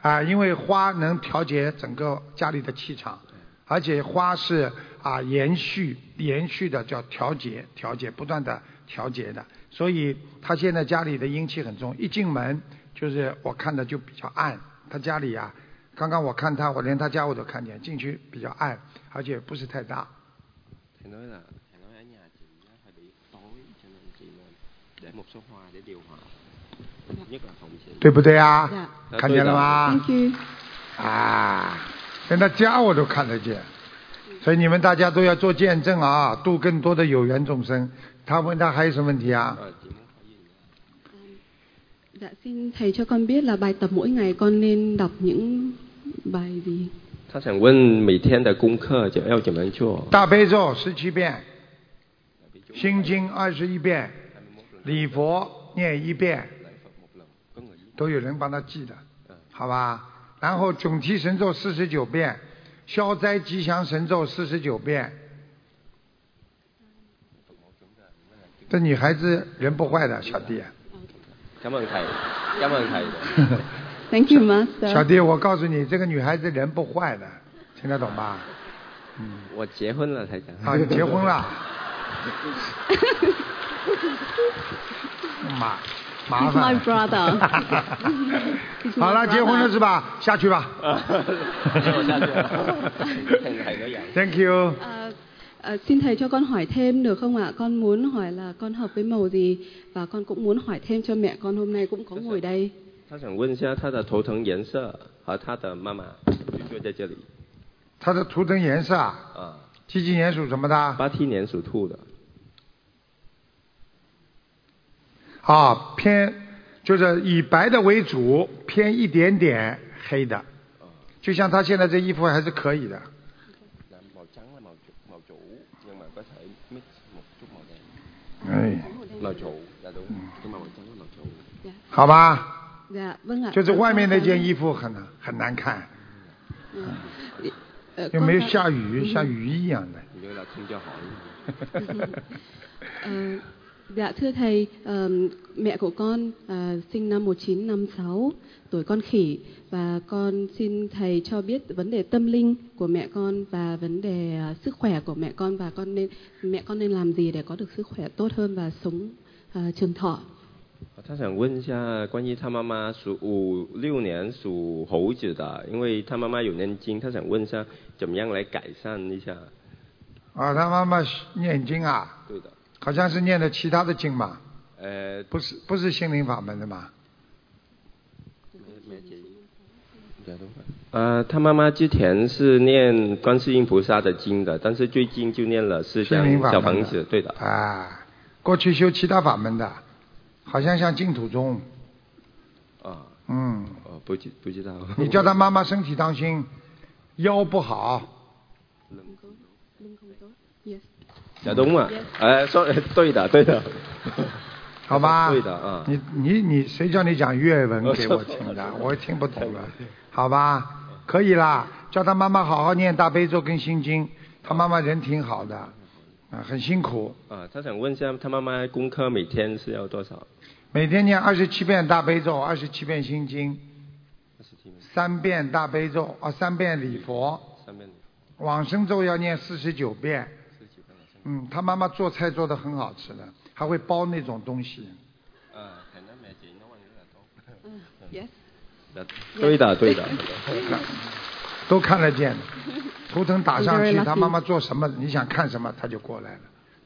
Speaker 2: 啊，因为花能调节整个家里的气场，而且花是啊延续延续的叫调节调节不断的调节的，所以他现在家里的阴气很重，一进门就是我看的就比较暗，他家里啊，刚刚我看他我连他家我都看见，进去比较暗，而且不是太大，
Speaker 11: Thầy nói là thầy nói ở nhà chị á, hơi bị tối cho nên chị nên để một số hoa để điều hòa. Nhất là phòng chị.
Speaker 2: 对不对啊
Speaker 11: Dạ.？
Speaker 2: 看见了吗
Speaker 10: Thank you.
Speaker 2: 啊，连他家我都看得见。所以你们大家都要做见证啊，度更多的有缘众生。他问他还有什么问题啊？
Speaker 10: 呃 Dạ xin thầy cho con biết là bài tập mỗi ngày con nên đọc những bài gì?
Speaker 11: 他想问每天的功课就要怎 么做？
Speaker 2: 大悲咒十七遍，心经二十一遍，礼佛念一遍，都有人帮他记的，好吧？然后准提神咒四十九遍，消灾吉祥神咒四十九遍。这女孩子人不坏的，小弟。
Speaker 11: Cảm ơn thầy. Cảm ơn thầy.
Speaker 10: Thank you, Master.
Speaker 2: 小弟，我告诉你，这个女孩子人不坏的，听得懂吗？
Speaker 11: 我结婚了，台长。
Speaker 2: 啊，结婚了。 麻麻
Speaker 10: He's my
Speaker 2: 烦。
Speaker 10: brother.
Speaker 2: 好了，结婚了是吧？下去 吧。
Speaker 11: 下去了现在还有氧
Speaker 2: Thank you。
Speaker 10: À, à, xin thầy cho con hỏi thêm được không ạ? Con muốn hỏi là con hợp với màu gì và con cũng muốn hỏi thêm cho mẹ con hôm nay cũng có ngồi đây.
Speaker 11: 他想问一下他的头疼颜色和他的妈妈就坐在这里。
Speaker 2: 她的图腾颜色啊，
Speaker 11: 啊，
Speaker 2: 几几年属什么的？
Speaker 11: 八七年属兔的。
Speaker 2: 啊，偏就是以白的为主，偏一点点黑的。就像她现在这衣服还是可以的。
Speaker 11: Là màu
Speaker 2: 啊
Speaker 11: trắng là màu chủ, màu chủ nhưng mà có thể mix một chút màu đen.
Speaker 2: 哎，
Speaker 11: Màu chủ là đúng, nhưng mà màu trắng là màu chủ.
Speaker 2: 好吧，
Speaker 10: Dạ, vâng ạ.
Speaker 2: 就是
Speaker 10: Con
Speaker 2: 外面那
Speaker 10: cảm-
Speaker 2: 件衣服很很难看，嗯
Speaker 10: Ờ,
Speaker 2: 又
Speaker 10: con
Speaker 2: 没有
Speaker 10: cảm-
Speaker 2: 下雨，
Speaker 10: Ừ.
Speaker 2: 像雨衣一样的。
Speaker 11: Như là không cho hỏi.
Speaker 10: Ờ, dạ thưa thầy, ờ, mẹ của con ờ, sinh năm 1956, tuổi con khỉ và con xin thầy cho biết vấn đề tâm linh của mẹ con và vấn đề ờ, sức khỏe của mẹ con và con nên mẹ con nên làm gì để có được sức khỏe tốt hơn và sống ờ, trường thọ.
Speaker 11: 他想问一下关于他妈妈属五六年属猴子的，因为他妈妈有念经，他想问一下怎么样来改善一下。
Speaker 2: 啊，他妈妈念经啊，
Speaker 11: 对的，
Speaker 2: 好像是念的其他的经嘛，
Speaker 11: 呃，
Speaker 2: 不是不是心灵法门的嘛。
Speaker 11: 呃，他妈妈之前是念观世音菩萨的经的，但是最近就念了释
Speaker 2: 心灵
Speaker 11: 迦
Speaker 2: 法
Speaker 11: 小
Speaker 2: 门
Speaker 11: 房
Speaker 2: 的
Speaker 11: 子，对的。
Speaker 2: 啊，过去修其他法门的，好像像净土 宗。
Speaker 11: 啊，
Speaker 2: 嗯，
Speaker 11: 哦，不知不知道。
Speaker 2: 你叫他妈 妈身体当心，腰不好。
Speaker 11: 小东嘛？哎，说对的，对的。
Speaker 2: 好吧
Speaker 11: 对的啊。
Speaker 2: 你你你，谁叫你讲粤文给我听 的？我听不懂了，好吧？可以啦，叫他妈妈好好念大悲咒跟心经，他妈妈人挺好的，啊，很辛苦，
Speaker 11: 啊，他想问一下他妈妈功课每天是要多少？
Speaker 2: 每天念二十七遍大悲咒，二十七遍心经，三遍大悲咒啊，三遍礼佛，
Speaker 11: 三遍。
Speaker 2: 往生咒要念四十九遍。嗯，他妈妈做菜做的很好吃的，还会包那种东西。
Speaker 11: 呃，可能每天都问有点多。
Speaker 2: 嗯
Speaker 10: Yes.
Speaker 11: 对的， 对的。
Speaker 2: 都看得见的，图腾打上
Speaker 10: Very
Speaker 2: 去，
Speaker 10: lucky
Speaker 2: 他妈妈做什么，你想看什么，他就过来了，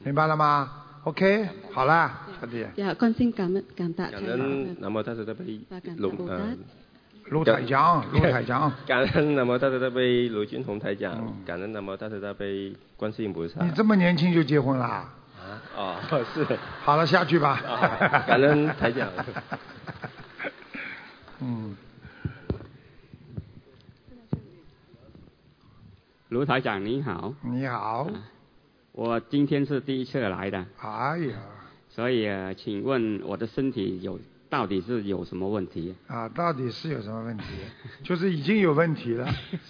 Speaker 2: 明白了吗？OK，好啦，小弟，
Speaker 10: Dạ con xin cảm ơn cảm tạ
Speaker 11: 感
Speaker 10: thầy. à,
Speaker 11: 恩南无大慈大悲龙呃，
Speaker 2: 卢台长，卢台长，嗯
Speaker 11: 感恩南无大慈大悲卢军宏台长，感恩南无大慈大悲观世音菩萨。
Speaker 2: 你这么年轻就结婚啦？
Speaker 11: 啊？哦，是。
Speaker 2: 好了，下去吧
Speaker 11: 啊。 感恩台长。
Speaker 2: 嗯，
Speaker 6: 卢台长你好，
Speaker 2: 你好，
Speaker 6: 我今天是第一次来的，
Speaker 2: 哎呀，
Speaker 6: 所以、呃、请问我的身体有到底是有什么问题？
Speaker 2: 啊，到底是有什么问题？就是已经有问题 了，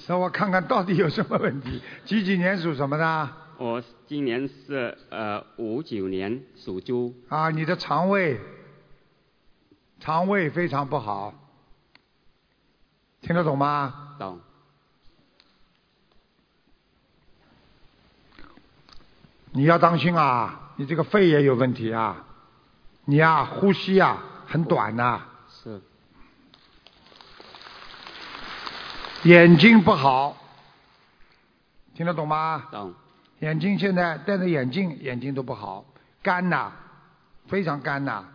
Speaker 2: 让我看看到底有什么问题。几几年属什么的？
Speaker 6: 我今年是呃五九年属猪，
Speaker 2: 啊，你的肠胃，肠胃非常不好，听得懂吗？
Speaker 6: 懂。
Speaker 2: 你要当心啊，你这个肺也有问题啊，你呀、呼吸呀、很短呐、
Speaker 6: 是
Speaker 2: 眼睛不好，听得懂吗？
Speaker 6: 懂。
Speaker 2: 眼睛现在戴着眼镜，眼睛都不好，干呐、非常干呐、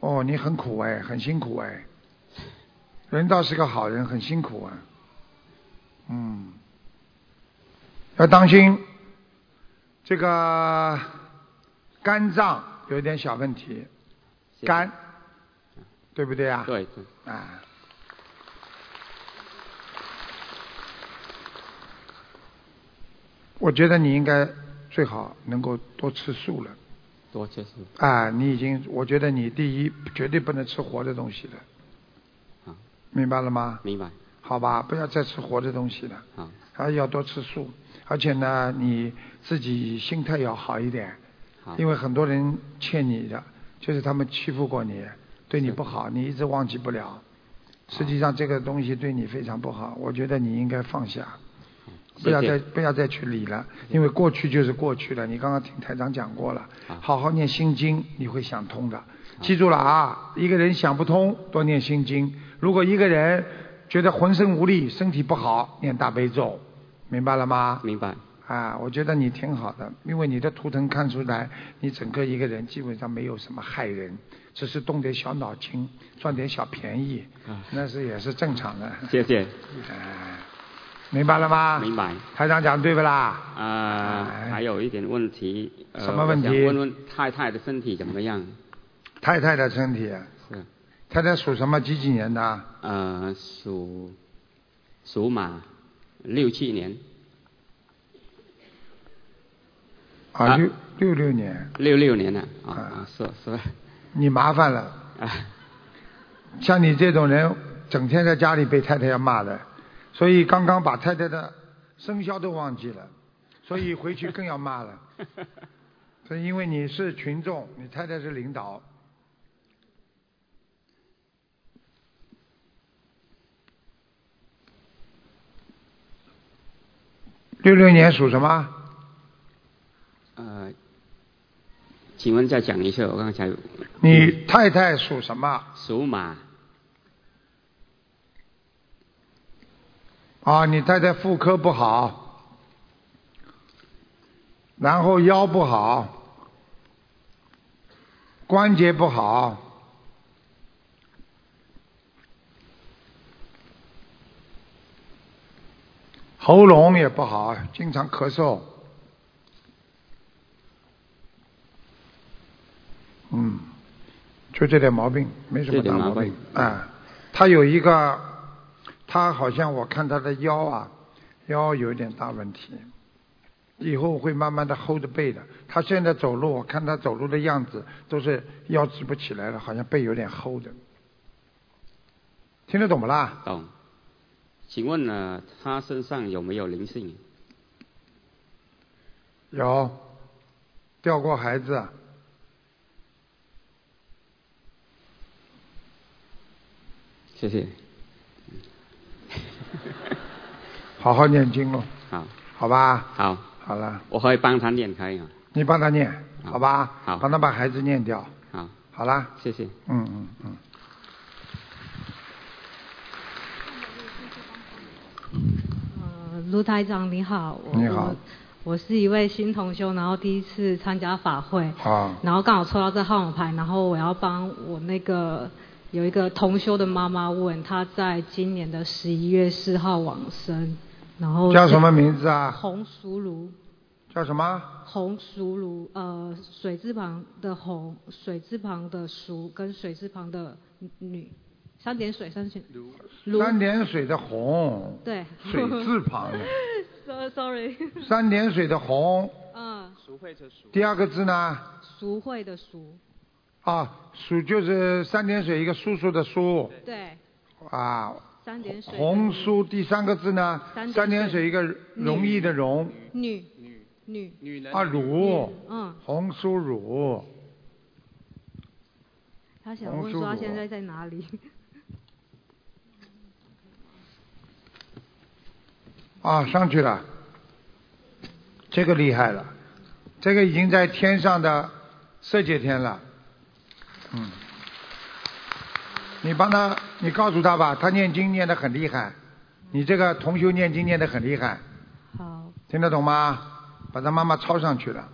Speaker 2: 哦，你很苦哎，很辛苦哎，人倒是个好人，很辛苦啊。嗯， 要当心这个肝脏有一点小问题，肝，对不对啊？
Speaker 6: 对。
Speaker 2: 啊。我觉得你应该最好能够多吃素了
Speaker 6: 多接触。
Speaker 2: 啊！你已经，我觉得你第一绝对不能吃活的东西了，明白了吗？
Speaker 6: 啊明白。啊
Speaker 2: 好吧，不要再吃活的东西了，
Speaker 6: 好，
Speaker 2: 还要多吃素，而且呢，你自己心态要好一点，
Speaker 6: 好。
Speaker 2: 因为很多人欠你的，就是他们欺负过你，对你不好，你一直忘记不了。实际上这个东西对你非常不好，我觉得你应该放下，不要
Speaker 6: 谢谢
Speaker 2: 再不要再去理了，因为过去就是过去了。你刚刚听台长讲过了，
Speaker 6: 啊
Speaker 2: 好好念心经，你会想通的。记住了啊，一个人想不通，多念心经。如果一个人觉得浑身无力、身体不好，念大悲咒，明白了吗？
Speaker 6: 明白。
Speaker 2: 啊，我觉得你挺好的，因为你的图腾看出来，你整个一个人基本上没有什么害人，只是动点小脑筋，赚点小便宜，
Speaker 6: 啊
Speaker 2: 那是也是正常的。啊
Speaker 6: 谢谢。
Speaker 2: 明白了吗？
Speaker 6: 明白。
Speaker 2: 台长讲对不啦？哎
Speaker 6: 啊、还有一点问题。呃、
Speaker 2: 什么问题
Speaker 6: 我想问问太太的身体怎么样？
Speaker 2: 太太的身体，啊
Speaker 6: 是。
Speaker 2: 太太属什么？几几年的？
Speaker 6: 呃，
Speaker 2: 嗯
Speaker 6: 属属马，六七年，
Speaker 2: 啊，六六六年，
Speaker 6: 六六年了啊啊，是是
Speaker 2: 你麻烦了。
Speaker 6: 啊，
Speaker 2: 像你这种人，整天在家里被太太要骂的，所以刚刚把太太的生肖都忘记了，所以回去更要骂了。是因为你是群众，你太太是领导，六六年属什么？
Speaker 6: 呃，请问再讲一下，我刚才
Speaker 2: 你太太属什么？
Speaker 6: 嗯属马，
Speaker 2: 啊，你太太妇科不好，然后腰不好，关节不好，喉咙也不好，经常咳嗽。嗯，就这点毛病，没什么
Speaker 6: 这
Speaker 2: 大
Speaker 6: 点
Speaker 2: 毛
Speaker 6: 毛病
Speaker 2: 病啊。他有一个，他好像我看他的腰啊，腰有一点大问题，以后会慢慢的 hold 背的。他现在走路，我看他走路的样子都是腰直不起来了，好像背有点 hold 的。听得懂不啦？
Speaker 6: 懂？请问呢，他身上有没有灵性？
Speaker 2: 有，掉过孩子，啊
Speaker 6: 谢谢。
Speaker 2: 好好念经喽，
Speaker 6: 好，
Speaker 2: 好吧？
Speaker 6: 啊好，
Speaker 2: 好了，
Speaker 6: 我会帮他念开啊。
Speaker 2: 你帮他念，好吧？
Speaker 6: 好
Speaker 2: 帮他把孩子念掉，
Speaker 6: 好，
Speaker 2: 好啦。
Speaker 6: 谢谢。
Speaker 2: 嗯嗯嗯。
Speaker 12: 呃，卢台长你好，我
Speaker 2: 你好
Speaker 12: 我，我是一位新同修，然后第一次参加法会，
Speaker 2: 啊
Speaker 12: 然后刚好抽到这号码牌，然后我要帮我那个有一个同修的妈妈问，她在今年的十一月四号往生，然后
Speaker 2: 叫什么名字啊
Speaker 12: 红熟炉，
Speaker 2: 叫什么？
Speaker 12: 红熟炉，呃，水字旁的红，水字旁的熟跟水字旁的女，三点水三点炉，
Speaker 2: 三点水的红，
Speaker 12: 对，
Speaker 2: 水字旁，
Speaker 12: So-，sorry，
Speaker 2: 三点水的红，
Speaker 12: 嗯，
Speaker 2: 第二个字呢？
Speaker 12: 俗会的俗，
Speaker 2: 啊，鼠就是三点水一个叔叔的叔
Speaker 12: 对，
Speaker 2: 啊，
Speaker 12: 三点水的
Speaker 2: 红书第三个字呢
Speaker 12: 三点，水
Speaker 2: 三点水一个容易的容
Speaker 12: 女女女
Speaker 2: 啊乳，
Speaker 12: 嗯，
Speaker 2: 红酥乳，
Speaker 12: 他想问说他现在在哪里？
Speaker 2: 啊，上去了，这个厉害了，这个已经在天上的色界天了，嗯，你帮他，你告诉他吧，他念经念得很厉害，你这个同修念经念得很厉害，
Speaker 12: 好，
Speaker 2: 听得懂吗？把他妈妈抄上去了，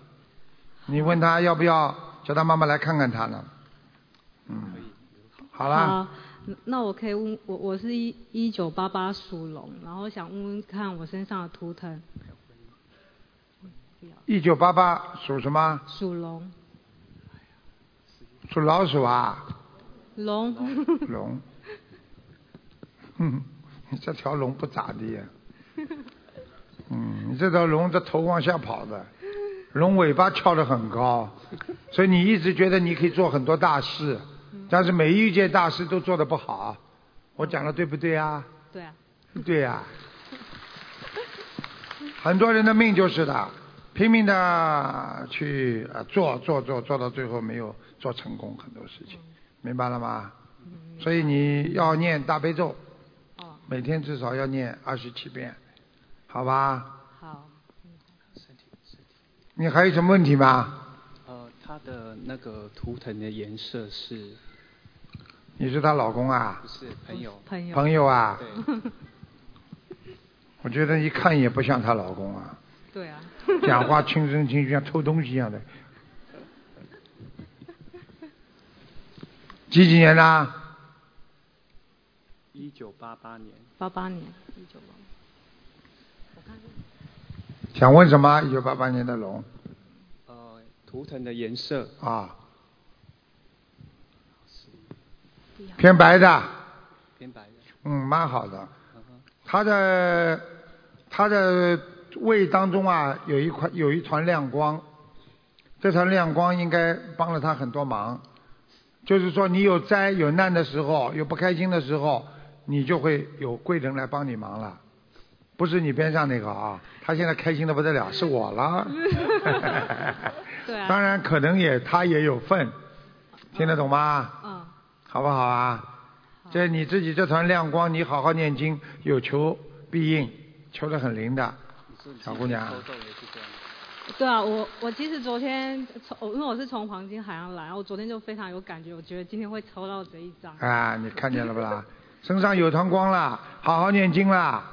Speaker 2: 你问他要不要叫他妈妈来看看他呢？嗯， 好啦，
Speaker 12: 那那我可以问我我是一一九八八属龙，然后想问问看我身上的图腾
Speaker 2: 一九八八属什么？
Speaker 12: 属龙
Speaker 2: 属老鼠啊，
Speaker 12: 龙
Speaker 2: 龙。 嗯，你这条龙不咋地呀、嗯，你这条龙这头往下跑的，龙尾巴翘得很高，所以你一直觉得你可以做很多大事，
Speaker 12: 嗯
Speaker 2: 但是每一件大事都做得不好。我讲的对不对啊？
Speaker 12: 对 啊，
Speaker 2: 对呀、很多人的命就是的，拼命的去呃做做做，做到最后没有做成功很多事情，
Speaker 12: 嗯
Speaker 2: 明白了吗？所以你要念大悲咒，
Speaker 12: 哦
Speaker 2: 每天至少要念二十七遍，好吧？
Speaker 12: 好。
Speaker 2: 你还有什么问题吗？
Speaker 13: 呃，它的那个图腾的颜色是
Speaker 2: 你是她老公啊？
Speaker 13: 不是朋友？
Speaker 12: 朋
Speaker 2: 友朋友啊
Speaker 13: 对，
Speaker 2: 我觉得一看也不像她老公啊，
Speaker 12: 对啊，
Speaker 2: 讲话轻声轻语，像偷东西一样的。 几几年的啊？
Speaker 13: 一九八八年。
Speaker 12: 八八年一九八八，
Speaker 2: 想问什么？一九八八年的龙
Speaker 13: 呃，图腾的颜色
Speaker 2: 啊，偏白的，
Speaker 13: 偏白的。
Speaker 2: 嗯，蛮好的。它的它的胃当中啊，有一块有一团亮光，这团亮光应该帮了他很多忙。就是说，你有灾有难的时候，有不开心的时候，你就会有贵人来帮你忙了。不是你边上那个啊，他现在开心的不得了，是我了。
Speaker 7: 嗯
Speaker 12: 对啊，
Speaker 2: 当然，可能也他也有份，听得懂吗？
Speaker 12: 嗯，
Speaker 2: 好不好啊？这你自己这团亮光，你好好念经，有求必应，求得很灵的，小姑娘。
Speaker 12: 对啊，我我其实昨天从我因为我是从黄金海岸来，然后我昨天就非常有感觉，我觉得今天会抽到这一张。
Speaker 2: 啊，你看见了不啦？身上有团光啦，好好念经啦，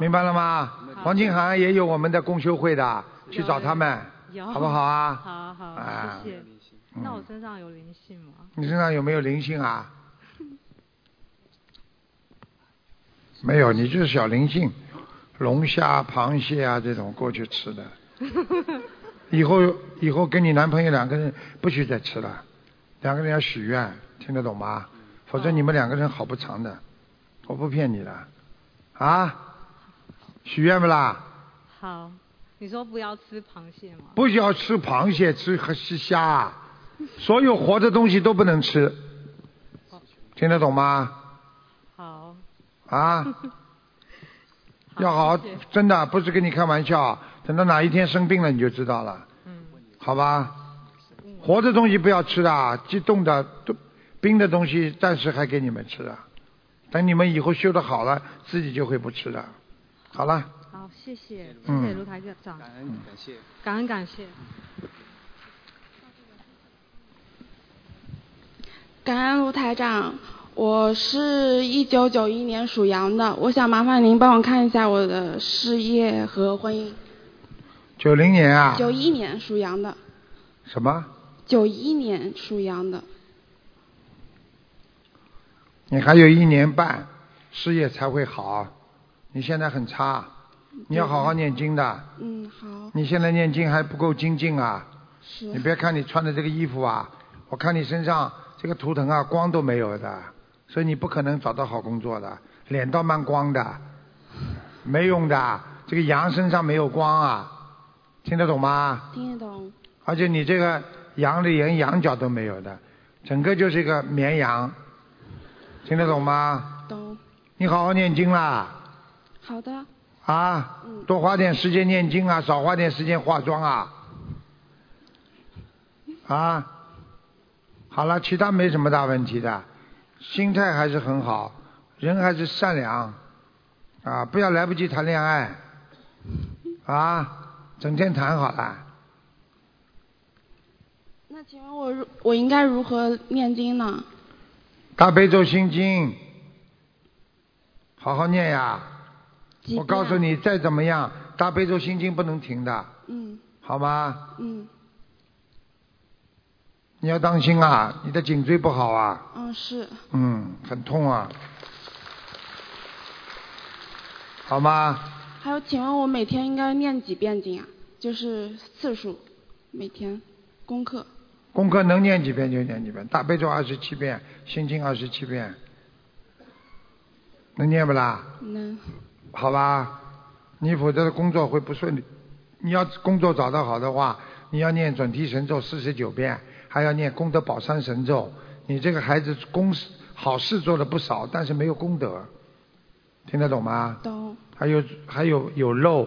Speaker 2: 明白了吗？黄金海岸也有我们的共修会的，去找他们，
Speaker 12: 有
Speaker 2: 好不好啊？
Speaker 12: 好好，
Speaker 2: 啊
Speaker 12: 谢谢。那我身上有灵性吗？
Speaker 2: 你身上有没有灵性啊？没有，你就是小灵性，龙虾、螃蟹啊这种过去吃的。以后以后跟你男朋友两个人不许再吃了，两个人要许愿，听得懂吗？否则你们两个人好不长的，我不骗你的，啊？许愿不啦？
Speaker 12: 好，你说不要吃螃蟹吗？
Speaker 2: 不要吃螃蟹，吃和吃虾啊，所有活的东西都不能吃，听得懂吗？
Speaker 12: 好，
Speaker 2: 啊？要好好，
Speaker 12: 谢谢
Speaker 2: 真的不是跟你开玩笑，等到哪一天生病了你就知道了，
Speaker 12: 嗯
Speaker 2: 好吧？活的东西不要吃的，激动的、都冰的东西暂时还给你们吃的，等你们以后修的好了，自己就会不吃的。好了，
Speaker 12: 好，谢谢，谢
Speaker 2: 嗯
Speaker 12: 谢卢台长，感恩感谢，感恩感谢。
Speaker 14: 感恩卢台长，我是一九九一年属羊的，我想麻烦您帮我看一下我的事业和婚姻。
Speaker 2: 九零年啊，
Speaker 14: 九一年属羊的，
Speaker 2: 什么？
Speaker 14: 九一年属羊的，
Speaker 2: 你还有一年半，事业才会好。你现在很差，你要好好念经的。
Speaker 14: 嗯，好，
Speaker 2: 你现在念经还不够精进啊！
Speaker 14: 是。
Speaker 2: 你别看你穿的这个衣服啊，我看你身上这个图腾啊，光都没有的，所以你不可能找到好工作的，脸倒蛮光的，没用的。这个羊身上没有光啊，听得懂吗？
Speaker 14: 听得懂，
Speaker 2: 而且你这个羊的连羊角都没有的，整个就是一个绵羊，听得懂吗？
Speaker 14: 懂。
Speaker 2: 你好好念经啦，
Speaker 14: 好的，
Speaker 2: 啊，
Speaker 14: 嗯
Speaker 2: 多花点时间念经啊，少花点时间化妆啊，啊，好了，其他没什么大问题的，心态还是很好，人还是善良，啊，不要来不及谈恋爱，啊，整天谈好了。
Speaker 14: 那请问我如我应该如何念经呢？
Speaker 2: 大悲咒心经，好好念呀！
Speaker 14: 几
Speaker 2: 我告诉
Speaker 14: 遍啊
Speaker 2: 你，再怎么样，大悲咒心经不能停的，
Speaker 14: 嗯
Speaker 2: 好吗？
Speaker 14: 嗯
Speaker 2: 你要当心啊，你的颈椎不好啊，
Speaker 14: 嗯，是
Speaker 2: 嗯，很痛啊，好吗？
Speaker 14: 还有，请问我每天应该念几遍经啊？就是次数，每天功课。
Speaker 2: 功课能念几遍就念几遍，大悲咒二十七遍，心经二十七遍，能念不啦？
Speaker 14: 能
Speaker 2: 好吧，你否则的工作会不顺利。你要工作找得好的话，你要念准提神咒四十九遍，还要念功德宝山神咒。你这个孩子功事好事做了不少，但是没有功德，听得懂吗？
Speaker 14: 懂。
Speaker 2: 还有还有有漏，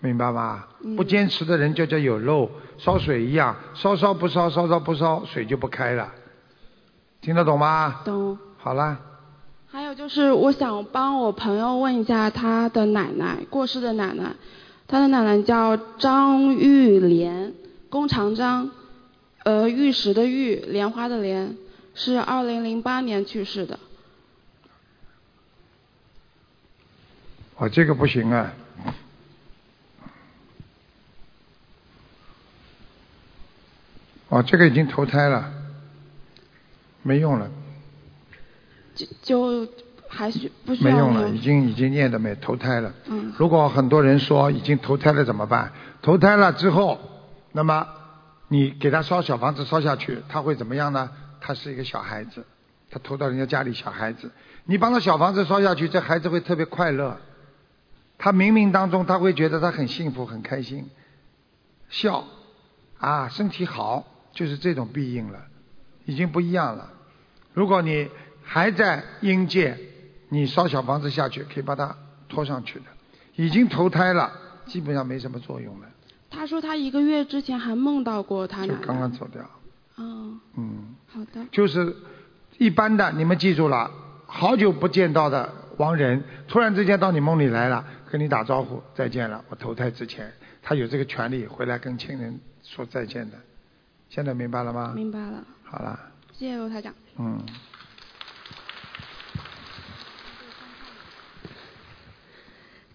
Speaker 2: 明白吗？
Speaker 14: 嗯
Speaker 2: 不坚持的人就叫有漏，烧水一样，烧烧不烧，烧烧不烧，水就不开了。听得懂吗？
Speaker 14: 懂。
Speaker 2: 好了，
Speaker 14: 还有就是，我想帮我朋友问一下他的奶奶，过世的奶奶，他的奶奶叫张玉莲，弓长张，呃，玉石的玉，莲花的莲，是二零零八年去世的。
Speaker 2: 我这个不行啊。哦，这个已经投胎了，没用了，
Speaker 14: 就就还需不需
Speaker 2: 没
Speaker 14: 要
Speaker 2: 用
Speaker 14: 我
Speaker 2: 了，已经已经念的没投胎了。
Speaker 14: 嗯
Speaker 2: 如果很多人说已经投胎了怎么办？投胎了之后，那么你给他烧小房子烧下去，他会怎么样呢？他是一个小孩子，他投到人家家里小孩子，你帮他小房子烧下去，这孩子会特别快乐。他冥冥当中他会觉得他很幸福很开心，笑啊身体好，就是这种庇应了，已经不一样了。如果你还在阴界，你烧小房子下去可以把它拖上去的。已经投胎了，基本上没什么作用了，
Speaker 14: 他说他一个月之前还梦到过他
Speaker 2: 就
Speaker 14: 奶奶。
Speaker 2: 刚刚走掉。
Speaker 14: 嗯，
Speaker 2: 嗯，
Speaker 14: 好的，
Speaker 2: 就是一般的，你们记住了，好久不见到的亡人，突然之间到你梦里来了，跟你打招呼，再见了。我投胎之前，他有这个权利回来跟亲人说再见的。现在明白了吗？
Speaker 14: 明白了，
Speaker 2: 好了，
Speaker 14: 谢谢罗台长。
Speaker 2: 嗯。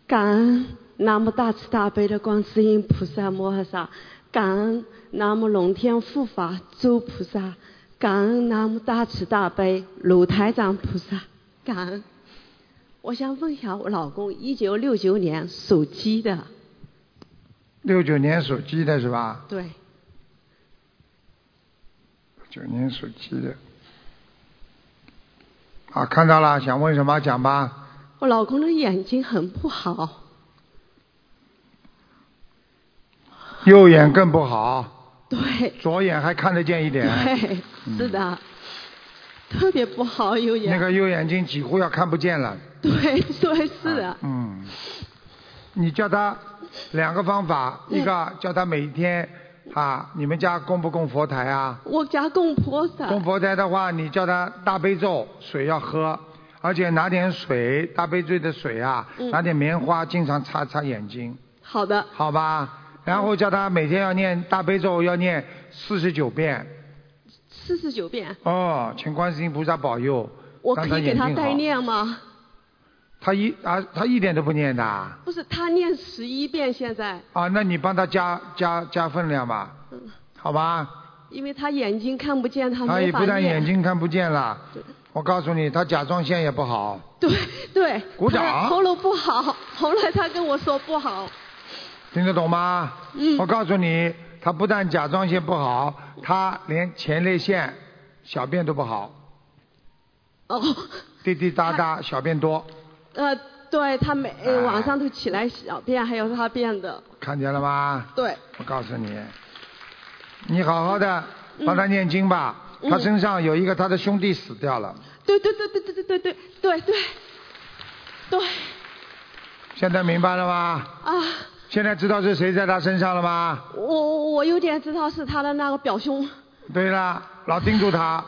Speaker 15: 感恩南无大慈大悲的观世音菩萨摩诃萨，感恩南无龙天护法诸菩萨，感恩南无大慈大悲鲁台长菩萨，感恩。我想问一下，我老公一九六九年属鸡的，
Speaker 2: 六九年属鸡的是吧？
Speaker 15: 对，
Speaker 2: 九年属鸡的。啊，看到了，想问什么讲吧。
Speaker 15: 我老公的眼睛很不好，
Speaker 2: 右眼更不好，
Speaker 15: 对
Speaker 2: 左眼还看得见一点。
Speaker 15: 对，
Speaker 2: 哎
Speaker 15: 是的，特别不好，有
Speaker 2: 嗯
Speaker 15: 眼，
Speaker 2: 那个右眼睛几乎要看不见了。
Speaker 15: 对对是的，
Speaker 2: 嗯，你叫他两个方法，一个叫他每天啊，你们家供不供佛台啊？
Speaker 15: 我家供菩萨，
Speaker 2: 供佛台的话，你叫他大悲咒水要喝，而且拿点水，大悲咒的水啊，
Speaker 15: 嗯
Speaker 2: 拿点棉花，经常擦擦眼睛，
Speaker 15: 好的，
Speaker 2: 好吧？然后叫他每天要念大悲咒，要念四十九遍。
Speaker 15: 四十九遍，
Speaker 2: 哦，请观世音菩萨保佑。
Speaker 15: 我
Speaker 2: 让
Speaker 15: 可以给
Speaker 2: 眼
Speaker 15: 他
Speaker 2: 睛好
Speaker 15: 代。念吗？
Speaker 2: 他一啊，他一点都不念的啊，
Speaker 15: 不是，他念十一遍现在，
Speaker 2: 啊那你帮他加加加分量吧，
Speaker 15: 嗯，
Speaker 2: 好吧？
Speaker 15: 因为他眼睛看不见，他
Speaker 2: 他
Speaker 15: 没
Speaker 2: 也
Speaker 15: 法
Speaker 2: 不但
Speaker 15: 念
Speaker 2: 眼，睛看不见了，我告诉你，他甲状腺也不好。
Speaker 15: 对，
Speaker 2: 鼓
Speaker 15: 他
Speaker 2: 掌
Speaker 15: 喉咙不好，后来他跟我说不好，
Speaker 2: 听得懂吗？嗯。我告诉你，他不但甲状腺不好，他连前列腺、小便都不好，
Speaker 15: 哦，
Speaker 2: 滴滴答答，小便多，
Speaker 15: 呃，对他每、
Speaker 2: 哎
Speaker 15: 呃晚上都起来小便，还有大便的，
Speaker 2: 看见了吗？
Speaker 15: 对，
Speaker 2: 我告诉你，你好好的帮他念经吧。
Speaker 14: 嗯
Speaker 2: 他身上有一个他的兄弟死掉了，
Speaker 14: 对对对对对对对对对对对
Speaker 2: 现在明白了吗？
Speaker 15: 啊，
Speaker 2: 现在知道是谁在他身上了吗？
Speaker 15: 我我有点知道是他的那个表兄
Speaker 2: 对了，老盯住他，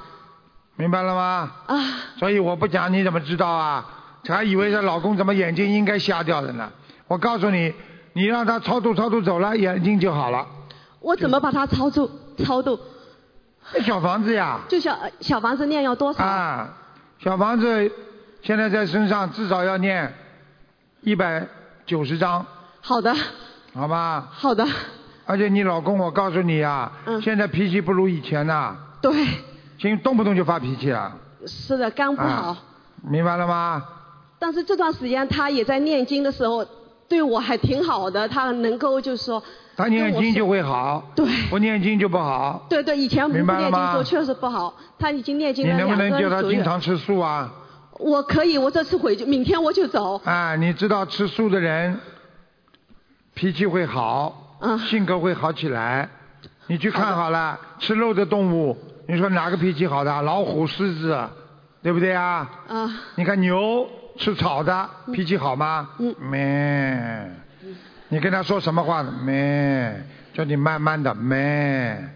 Speaker 2: 明白了吗？
Speaker 15: 啊，
Speaker 2: 所以我不讲你怎么知道啊？还以为这老公怎么眼睛应该瞎掉的呢？我告诉你，你让他超度超度走了，眼睛就好了。
Speaker 15: 我怎么把他超度超度？
Speaker 2: 那小房子呀，
Speaker 15: 就小呃小房子念要多少？
Speaker 2: 啊，小房子现在在身上至少要念一百九十张，
Speaker 15: 好的，
Speaker 2: 好吧？
Speaker 15: 好的。嗯
Speaker 2: 而且你老公，我告诉你啊，现在脾气不如以前呐、
Speaker 15: 对，
Speaker 2: 行，动不动就发脾气啊，
Speaker 15: 是的，肝不好。
Speaker 2: 啊明白了吗？
Speaker 15: 但是这段时间他也在念经的时候，对我还挺好的，他能够就是说，
Speaker 2: 他念经就会好，对，不念经就不好。
Speaker 15: 对对，以前不
Speaker 2: 明白了
Speaker 15: 念经
Speaker 2: 吗
Speaker 15: 说确实不好，他已经念经
Speaker 2: 你
Speaker 15: 了
Speaker 2: 能不
Speaker 15: 两
Speaker 2: 能叫
Speaker 15: 个
Speaker 2: 他
Speaker 15: 左
Speaker 2: 经
Speaker 15: 右。
Speaker 2: 常吃素啊？
Speaker 15: 我可以，我这次回去，明天我就走。
Speaker 2: 啊，你知道吃素的人脾气会好，性格会好起来。你去看嗯好了，吃肉的动物，你说哪个脾气好的？老虎、狮子，对不对啊？
Speaker 15: 啊，
Speaker 2: 你看牛吃草的脾气好吗？嗯。咩，你跟他说什么话呢？咩，叫你慢慢的咩，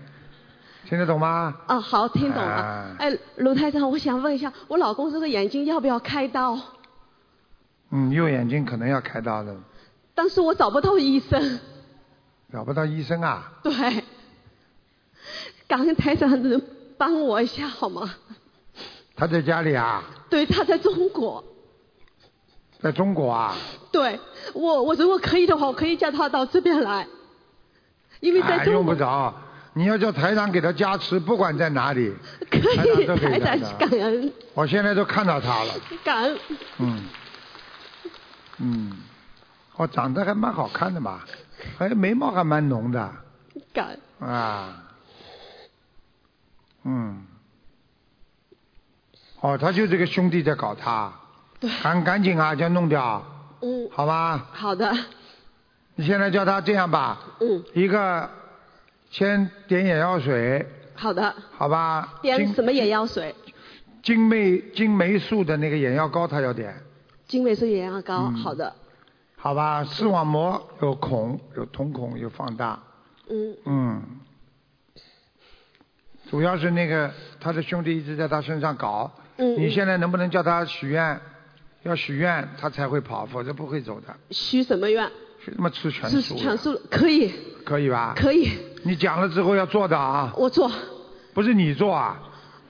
Speaker 2: 听得懂吗？
Speaker 15: 啊，好，听懂了。
Speaker 2: 啊
Speaker 15: 哎，卢台长，我想问一下，我老公这个眼睛要不要开刀？
Speaker 2: 嗯，右眼睛可能要开刀的，
Speaker 15: 但是我找不到医生。
Speaker 2: 找不到医生啊。
Speaker 15: 对，感恩台长能帮我一下好吗？
Speaker 2: 他在家里啊，
Speaker 15: 对，他在中国。
Speaker 2: 在中国啊，
Speaker 15: 对我，我如果可以的话，我可以叫他到这边来，因为在
Speaker 2: 哎
Speaker 15: 中
Speaker 2: 用
Speaker 15: 国、
Speaker 2: 不着，你要叫台长给他加持，不管在哪里，
Speaker 15: 可
Speaker 2: 台长
Speaker 15: 以
Speaker 2: 都可
Speaker 15: 台
Speaker 2: 以
Speaker 15: 长
Speaker 2: 加
Speaker 15: 感
Speaker 2: 的。
Speaker 15: 恩
Speaker 2: 我现在都看到他了，
Speaker 15: 感恩，
Speaker 2: 嗯，嗯，我长得还蛮好看的嘛，还眉毛还蛮浓的
Speaker 15: 感恩
Speaker 2: 啊，嗯，哦，他就这个兄弟在搞他，赶赶紧啊，叫弄掉，
Speaker 15: 嗯，
Speaker 2: 好吧？
Speaker 15: 好的，
Speaker 2: 你现在叫他这样吧，
Speaker 15: 嗯，
Speaker 2: 一个先点眼药水，
Speaker 15: 好的，
Speaker 2: 好吧？
Speaker 15: 点
Speaker 2: 金
Speaker 15: 什么眼药水？
Speaker 2: 金霉金霉素的那个眼药膏，他要点，
Speaker 15: 金霉素眼药膏，
Speaker 2: 嗯
Speaker 15: 好的，
Speaker 2: 好吧？视网膜有孔，有瞳孔，有放大，
Speaker 15: 嗯，
Speaker 2: 嗯。主要是那个他的兄弟一直在他身上搞，
Speaker 15: 嗯
Speaker 2: 你现在能不能叫他许愿？要许愿他才会跑，否则不会走的。
Speaker 15: 许什么愿？
Speaker 2: 许他妈吃全
Speaker 15: 是
Speaker 2: 素的，
Speaker 15: 全素可以，
Speaker 2: 可以吧？
Speaker 15: 可以，
Speaker 2: 你讲了之后要做的啊。
Speaker 15: 我做。
Speaker 2: 不是你做啊？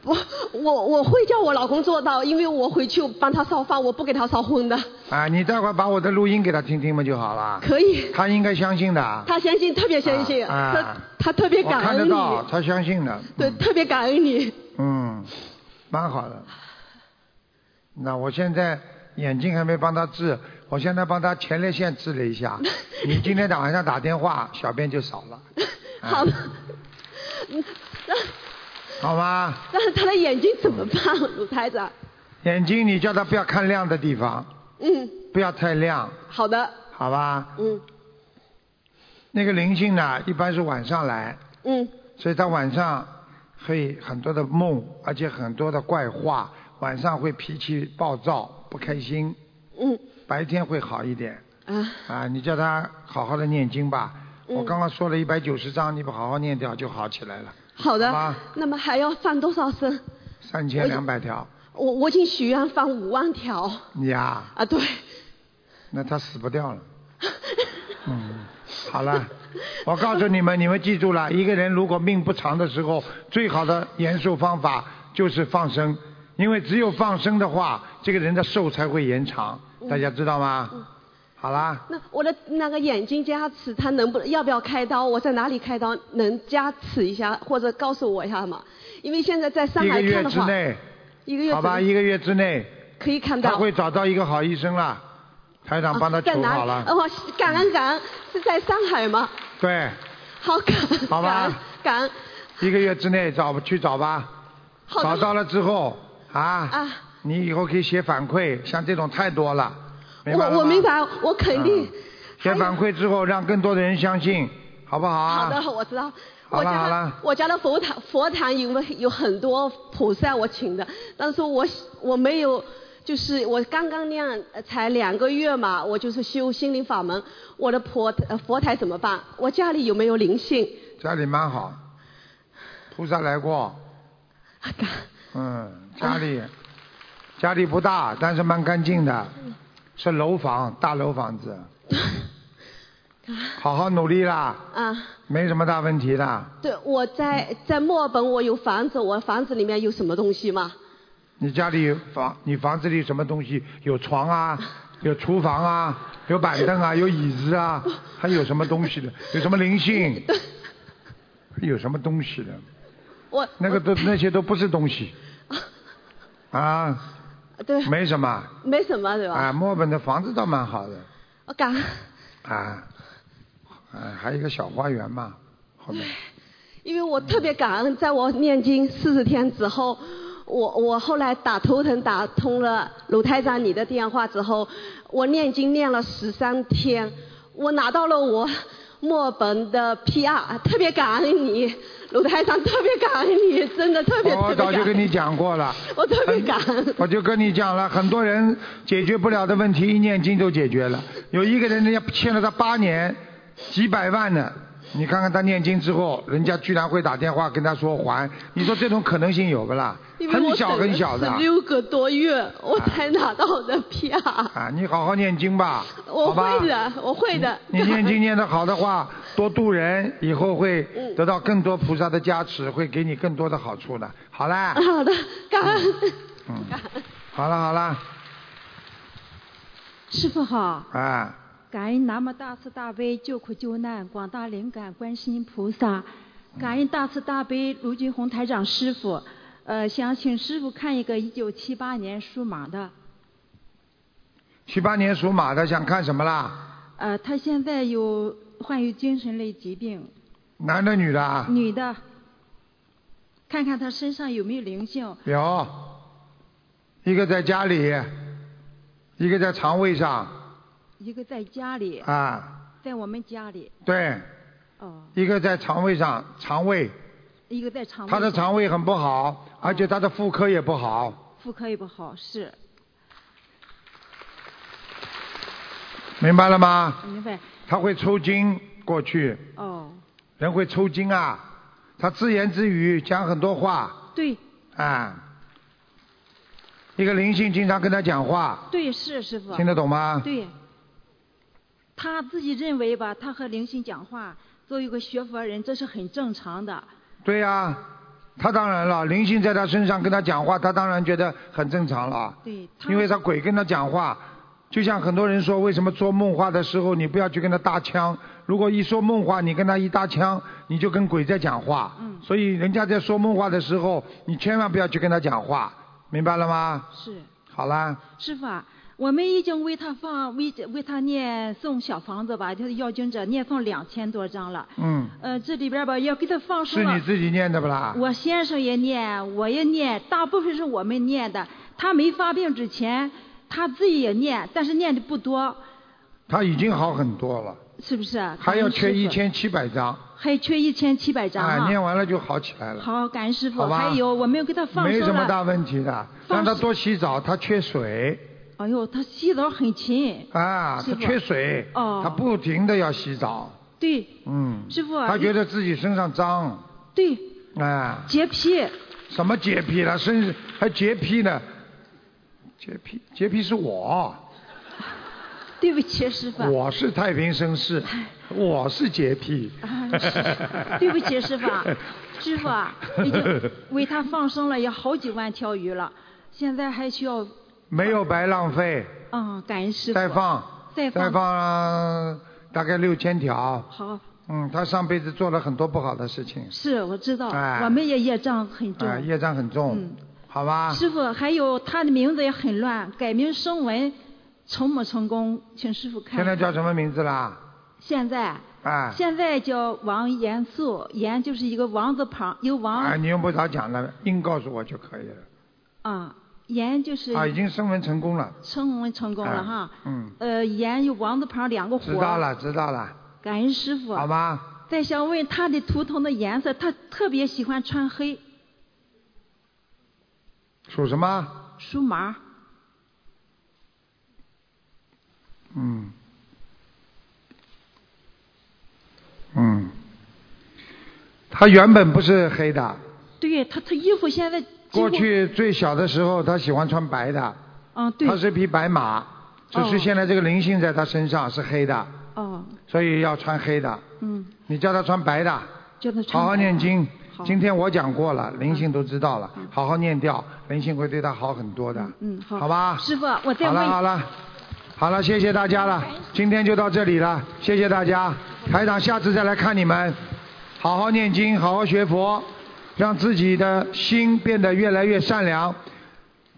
Speaker 15: 我我我会叫我老公做到，因为我回去帮他烧饭，我不给他烧荤的，
Speaker 2: 啊，你待会儿把我的录音给他听听嘛就好了。
Speaker 15: 可以。
Speaker 2: 他应该相信的啊。
Speaker 15: 他相信，特别相信，
Speaker 2: 啊
Speaker 15: 他他特别
Speaker 2: 我
Speaker 15: 感
Speaker 2: 看得
Speaker 15: 恩你，
Speaker 2: 到，他相信的，
Speaker 15: 对，特别感恩你，
Speaker 2: 嗯，蛮好的。那我现在眼睛还没帮他治，我现在帮他前列腺治了一 下。你今天晚上打电话，小便就少了，啊
Speaker 15: 好的。
Speaker 2: 好吗？
Speaker 15: 但是他的眼睛怎么办，鲁台长？
Speaker 2: 眼睛你叫他不要看亮的地方，
Speaker 15: 嗯，
Speaker 2: 不要太亮，
Speaker 15: 好的，
Speaker 2: 好吧？
Speaker 15: 嗯
Speaker 2: 那个灵性呢，一般是晚上来，
Speaker 15: 嗯
Speaker 2: 所以他晚上会很多的梦，而且很多的怪话，晚上会脾气暴躁、不开心，
Speaker 15: 嗯
Speaker 2: 白天会好一点。
Speaker 15: 啊
Speaker 2: 啊，你叫他好好的念经吧。
Speaker 15: 嗯
Speaker 2: 我刚刚说了一百九十章，你不好好念掉就好起来了。
Speaker 15: 好的。
Speaker 2: 吗
Speaker 15: 那么还要放多少声？
Speaker 2: 三千两百条，
Speaker 15: 我我已经许愿放五万条
Speaker 2: 你呀、
Speaker 15: 啊，对，
Speaker 2: 那他死不掉了。嗯，好了，我告诉你们，你们记住了，一个人如果命不长的时候，最好的延寿方法就是放生，因为只有放生的话，这个人的寿才会延长，大家知道吗？
Speaker 15: 嗯
Speaker 2: 好啦，
Speaker 15: 那我的那个眼睛加持，他能不要不要开刀？我在哪里开刀？能加持一下或者告诉我一下吗？因为现在在上
Speaker 2: 一个
Speaker 15: 海
Speaker 2: 月
Speaker 15: 看的
Speaker 2: 之
Speaker 15: 话，
Speaker 2: 内，
Speaker 15: 一个月
Speaker 2: 好吧，一个月之内，
Speaker 15: 可以看到。
Speaker 2: 他会找到一个好医生啦，台长帮他
Speaker 15: 啊在
Speaker 2: 求
Speaker 15: 哪
Speaker 2: 好
Speaker 15: 里？
Speaker 2: 了，
Speaker 15: 哦，感恩感恩，是在上海吗？
Speaker 2: 对，
Speaker 15: 好感恩，
Speaker 2: 好吧
Speaker 15: 感恩感恩，
Speaker 2: 一个月之内找去找吧，
Speaker 15: 好的
Speaker 2: 找到了之后
Speaker 15: 啊
Speaker 2: 你以后可以写反馈，像这种太多了，明白了吗嗯
Speaker 15: 我我明白，我肯定。
Speaker 2: 写反馈之后，让更多的人相信，好不好、啊？
Speaker 15: 好的，我知道。
Speaker 2: 好了好了，
Speaker 15: 我家的佛堂佛堂有没有很多菩萨我请的，但是我我没有，就是我刚刚那样呃才两个月嘛，我就是修心灵法门，我的佛呃佛台怎么办？我家里有没有灵性？
Speaker 2: 家里蛮好，菩萨来过。嗯，家里家里不大，但是蛮干净的，是楼房大楼房子。好好努力啦，
Speaker 15: 啊，
Speaker 2: 没什么大问题的。
Speaker 15: 对，我在在墨尔本我有房子，我房子里面有什么东西吗？
Speaker 2: 你家里有房，你房子里什么东西？有床啊，有厨房啊，有板凳啊，有椅子啊，还有什么东西的？有什么灵性？有什么东西的？
Speaker 15: 我
Speaker 2: 那 个都那些都不是东西。 啊，
Speaker 15: 对，
Speaker 2: 没什么。
Speaker 15: 没什么对吧？
Speaker 2: 啊，墨尔本的房子倒蛮好的。
Speaker 15: 我感恩
Speaker 2: 啊，啊，还有一个小花园嘛，后面。
Speaker 15: 因为我特别感恩，在我念经四十天之后，我我后来打头疼打通了鲁台长你的电话之后，我念经念了十三天，我拿到了我墨尔本的 PR，特别感恩你，鲁台长特别感恩你，真的特 别
Speaker 2: 我
Speaker 15: 特别
Speaker 2: 早
Speaker 15: 感
Speaker 2: 就
Speaker 15: 恩，
Speaker 2: 跟你讲过 了，
Speaker 15: 我特别感恩，
Speaker 2: 我就跟你讲了，很多人解决不了的问题，一念经就解决了。有一个人，人家欠了他八年，几百万呢。你看看他念经之后，人家居然会打电话跟他说还，你说这种可能性有不啦？
Speaker 15: 因为
Speaker 2: 很
Speaker 15: 我
Speaker 2: 小很小的
Speaker 15: 十六个多月我才拿到我的 PR，
Speaker 2: 啊！你好好念经吧，
Speaker 15: 我
Speaker 2: 好吧
Speaker 15: 会的，我会的。
Speaker 2: 你 念经念得好的话，多度人，以后会
Speaker 15: 嗯
Speaker 2: 得到更多菩萨的加持，会给你更多的好处的。好啦，
Speaker 15: 好的，感恩。
Speaker 2: 嗯好了好了，
Speaker 16: 师傅好，
Speaker 2: 啊，
Speaker 16: 感恩南无大慈大悲救苦救难广大灵感观世音菩萨，感恩大慈大悲卢俊宏台长师傅。呃，想请师傅看一个一九七八年属马的，
Speaker 2: 七八年属马的想看什么啦？
Speaker 16: 呃，他现在有患有精神类疾病，
Speaker 2: 男的女的啊？
Speaker 16: 女的，看看他身上有没有灵性。
Speaker 2: 有，一个在家里，一个在肠胃上
Speaker 16: 一个在家里，
Speaker 2: 啊，
Speaker 16: 在我们家里，
Speaker 2: 对，
Speaker 16: 哦，
Speaker 2: 一个在肠胃上，肠胃，
Speaker 15: 哦
Speaker 16: 一个在肠胃
Speaker 2: 他
Speaker 16: 上。
Speaker 2: 的肠胃很不好，而且他的妇科也不好。
Speaker 16: 妇科也不好，是
Speaker 2: 明白了吗？
Speaker 16: 明白
Speaker 2: 他会抽筋，过去
Speaker 16: 哦，
Speaker 2: 人会抽筋啊，他自言自语讲很多话
Speaker 16: 对
Speaker 2: 啊、一个灵性经常跟他讲话，
Speaker 16: 对是啊师傅。
Speaker 2: 听得懂吗
Speaker 16: 对，他自己认为吧，他和灵性讲话，作为一个学佛人，这是很正常的。
Speaker 2: 对呀、他当然了，灵性在他身上跟他讲话，他当然觉得很正常了，
Speaker 16: 对，他
Speaker 2: 因为他鬼跟他讲话。就像很多人说，为什么做梦话的时候你不要去跟他搭腔？如果一说梦话，你跟他一搭腔，你就跟鬼在讲话。
Speaker 16: 嗯
Speaker 2: 所以人家在说梦话的时候，你千万不要去跟他讲话，明白了吗？
Speaker 16: 是
Speaker 2: 好啦，
Speaker 16: 师傅啊，我们已经为他放为为他念诵小房子吧，就是要经者念诵两千多章了。
Speaker 2: 嗯，
Speaker 16: 呃，这里边吧要给他放生
Speaker 2: 是
Speaker 16: 了。
Speaker 2: 你自己啊念的不啦？
Speaker 16: 我先生也念，我也念，大部分是我们念的。他没发病之前，他自己也念，但是念的不多，
Speaker 2: 他已经好很多了，
Speaker 16: 是不是？啊
Speaker 2: 还要缺一
Speaker 16: 感恩师
Speaker 2: 千七百张，
Speaker 16: 傅，还缺一千七百张
Speaker 2: 啊，
Speaker 16: 嗯啊！
Speaker 2: 念完了就好起来了。
Speaker 16: 好，感恩师傅。
Speaker 2: 好吧
Speaker 16: 还有，我没有给他放
Speaker 2: 没
Speaker 16: 生
Speaker 2: 什么大
Speaker 16: 了。
Speaker 2: 问题的，
Speaker 16: 放
Speaker 2: 让他
Speaker 16: 生
Speaker 2: 多洗澡，他缺水
Speaker 16: 哎呦，他洗澡很勤。
Speaker 2: 啊，
Speaker 16: 师
Speaker 2: 他
Speaker 16: 傅
Speaker 2: 缺水，
Speaker 16: 哦
Speaker 2: 他不停的要洗澡，
Speaker 16: 对，
Speaker 2: 嗯，
Speaker 16: 师傅啊。
Speaker 2: 他觉得自己身上脏，
Speaker 16: 对
Speaker 2: 啊，
Speaker 16: 洁癖。
Speaker 2: 什么洁癖了，身还洁癖呢？洁癖，洁癖是我，
Speaker 16: 对不起，师傅。
Speaker 2: 我是太平绅士，我是洁癖
Speaker 16: 哎啊是。对不起，师傅啊，师傅啊，已经为他放生了有好几万条鱼了，现在还需要，
Speaker 2: 没有白浪费，
Speaker 16: 嗯，感恩师傅。
Speaker 2: 再放，
Speaker 16: 再放
Speaker 2: 再放、呃大概六千条。
Speaker 16: 好，
Speaker 2: 嗯，他上辈子做了很多不好的事情，
Speaker 16: 是我知道，
Speaker 2: 哎
Speaker 16: 我们也业障很重。
Speaker 2: 啊，业障很重，好吧？
Speaker 16: 嗯师傅，还有他的名字也很乱，改名声纹成没成功？请师傅看。
Speaker 2: 现在叫什么名字啦？
Speaker 16: 现在
Speaker 2: 啊，
Speaker 16: 现在叫王延素，延就是一个王字旁，一个王
Speaker 2: 啊，你用不着讲了，硬告诉我就可以了。
Speaker 16: 啊，延就是
Speaker 2: 啊，已经升温成功了。
Speaker 16: 成文成功了哈。
Speaker 2: 嗯，
Speaker 16: 呃，言有王字旁两个火。
Speaker 2: 知道了，知道了，
Speaker 16: 感恩师傅。
Speaker 2: 好？吗？
Speaker 16: 再想问他的图腾的颜色，他特别喜欢穿黑，
Speaker 2: 属什么？
Speaker 16: 属马。
Speaker 2: 嗯，嗯，他原本不是黑的，
Speaker 16: 对他，他衣服现在几乎
Speaker 2: 过去最小的时候他喜欢穿白的，
Speaker 16: 嗯对，
Speaker 2: 他是匹白马，只是现在这个灵性在他身上是黑的，
Speaker 16: 哦
Speaker 2: 所以要穿黑的。
Speaker 16: 嗯，
Speaker 2: 你叫他穿白的，
Speaker 16: 叫他穿
Speaker 2: 好好
Speaker 16: 白的
Speaker 2: 念经。
Speaker 16: 好
Speaker 2: 今天我讲过了，灵性都知道了，好好念掉，灵性会对他好很多的。
Speaker 16: 嗯好，
Speaker 2: 好吧
Speaker 16: 师傅，我再
Speaker 2: 好
Speaker 16: 问
Speaker 2: 了好了，好了，谢谢大家了，今天就到这里了，谢谢大家，台长下次再来看你们，好好念经，好好学佛，让自己的心变得越来越善良，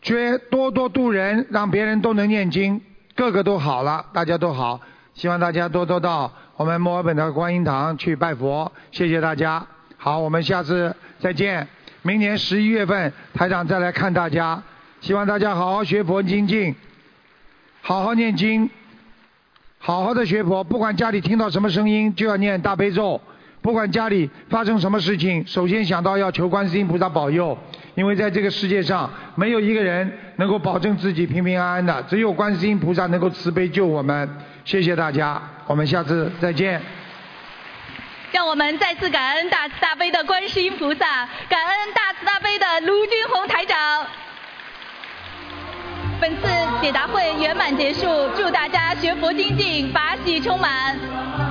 Speaker 2: 绝多多度人，让别人都能念经，个个都好了，大家都好，希望大家多多到我们墨尔本的观音堂去拜佛，谢谢大家，好，我们下次再见，明年十一月份台长再来看大家，希望大家好好学佛精进。好好念经，好好的学佛。不管家里听到什么声音，就要念大悲咒。不管家里发生什么事情，首先想到要求观世音菩萨保佑，因为在这个世界上没有一个人能够保证自己平平安安的，只有观世音菩萨能够慈悲救我们。谢谢大家，我们下次再见。
Speaker 1: 让我们再次感恩大慈大悲的观世音菩萨，感恩大慈大悲的卢军红台长。本次解答会圆满结束，祝大家学佛精进，法喜充满。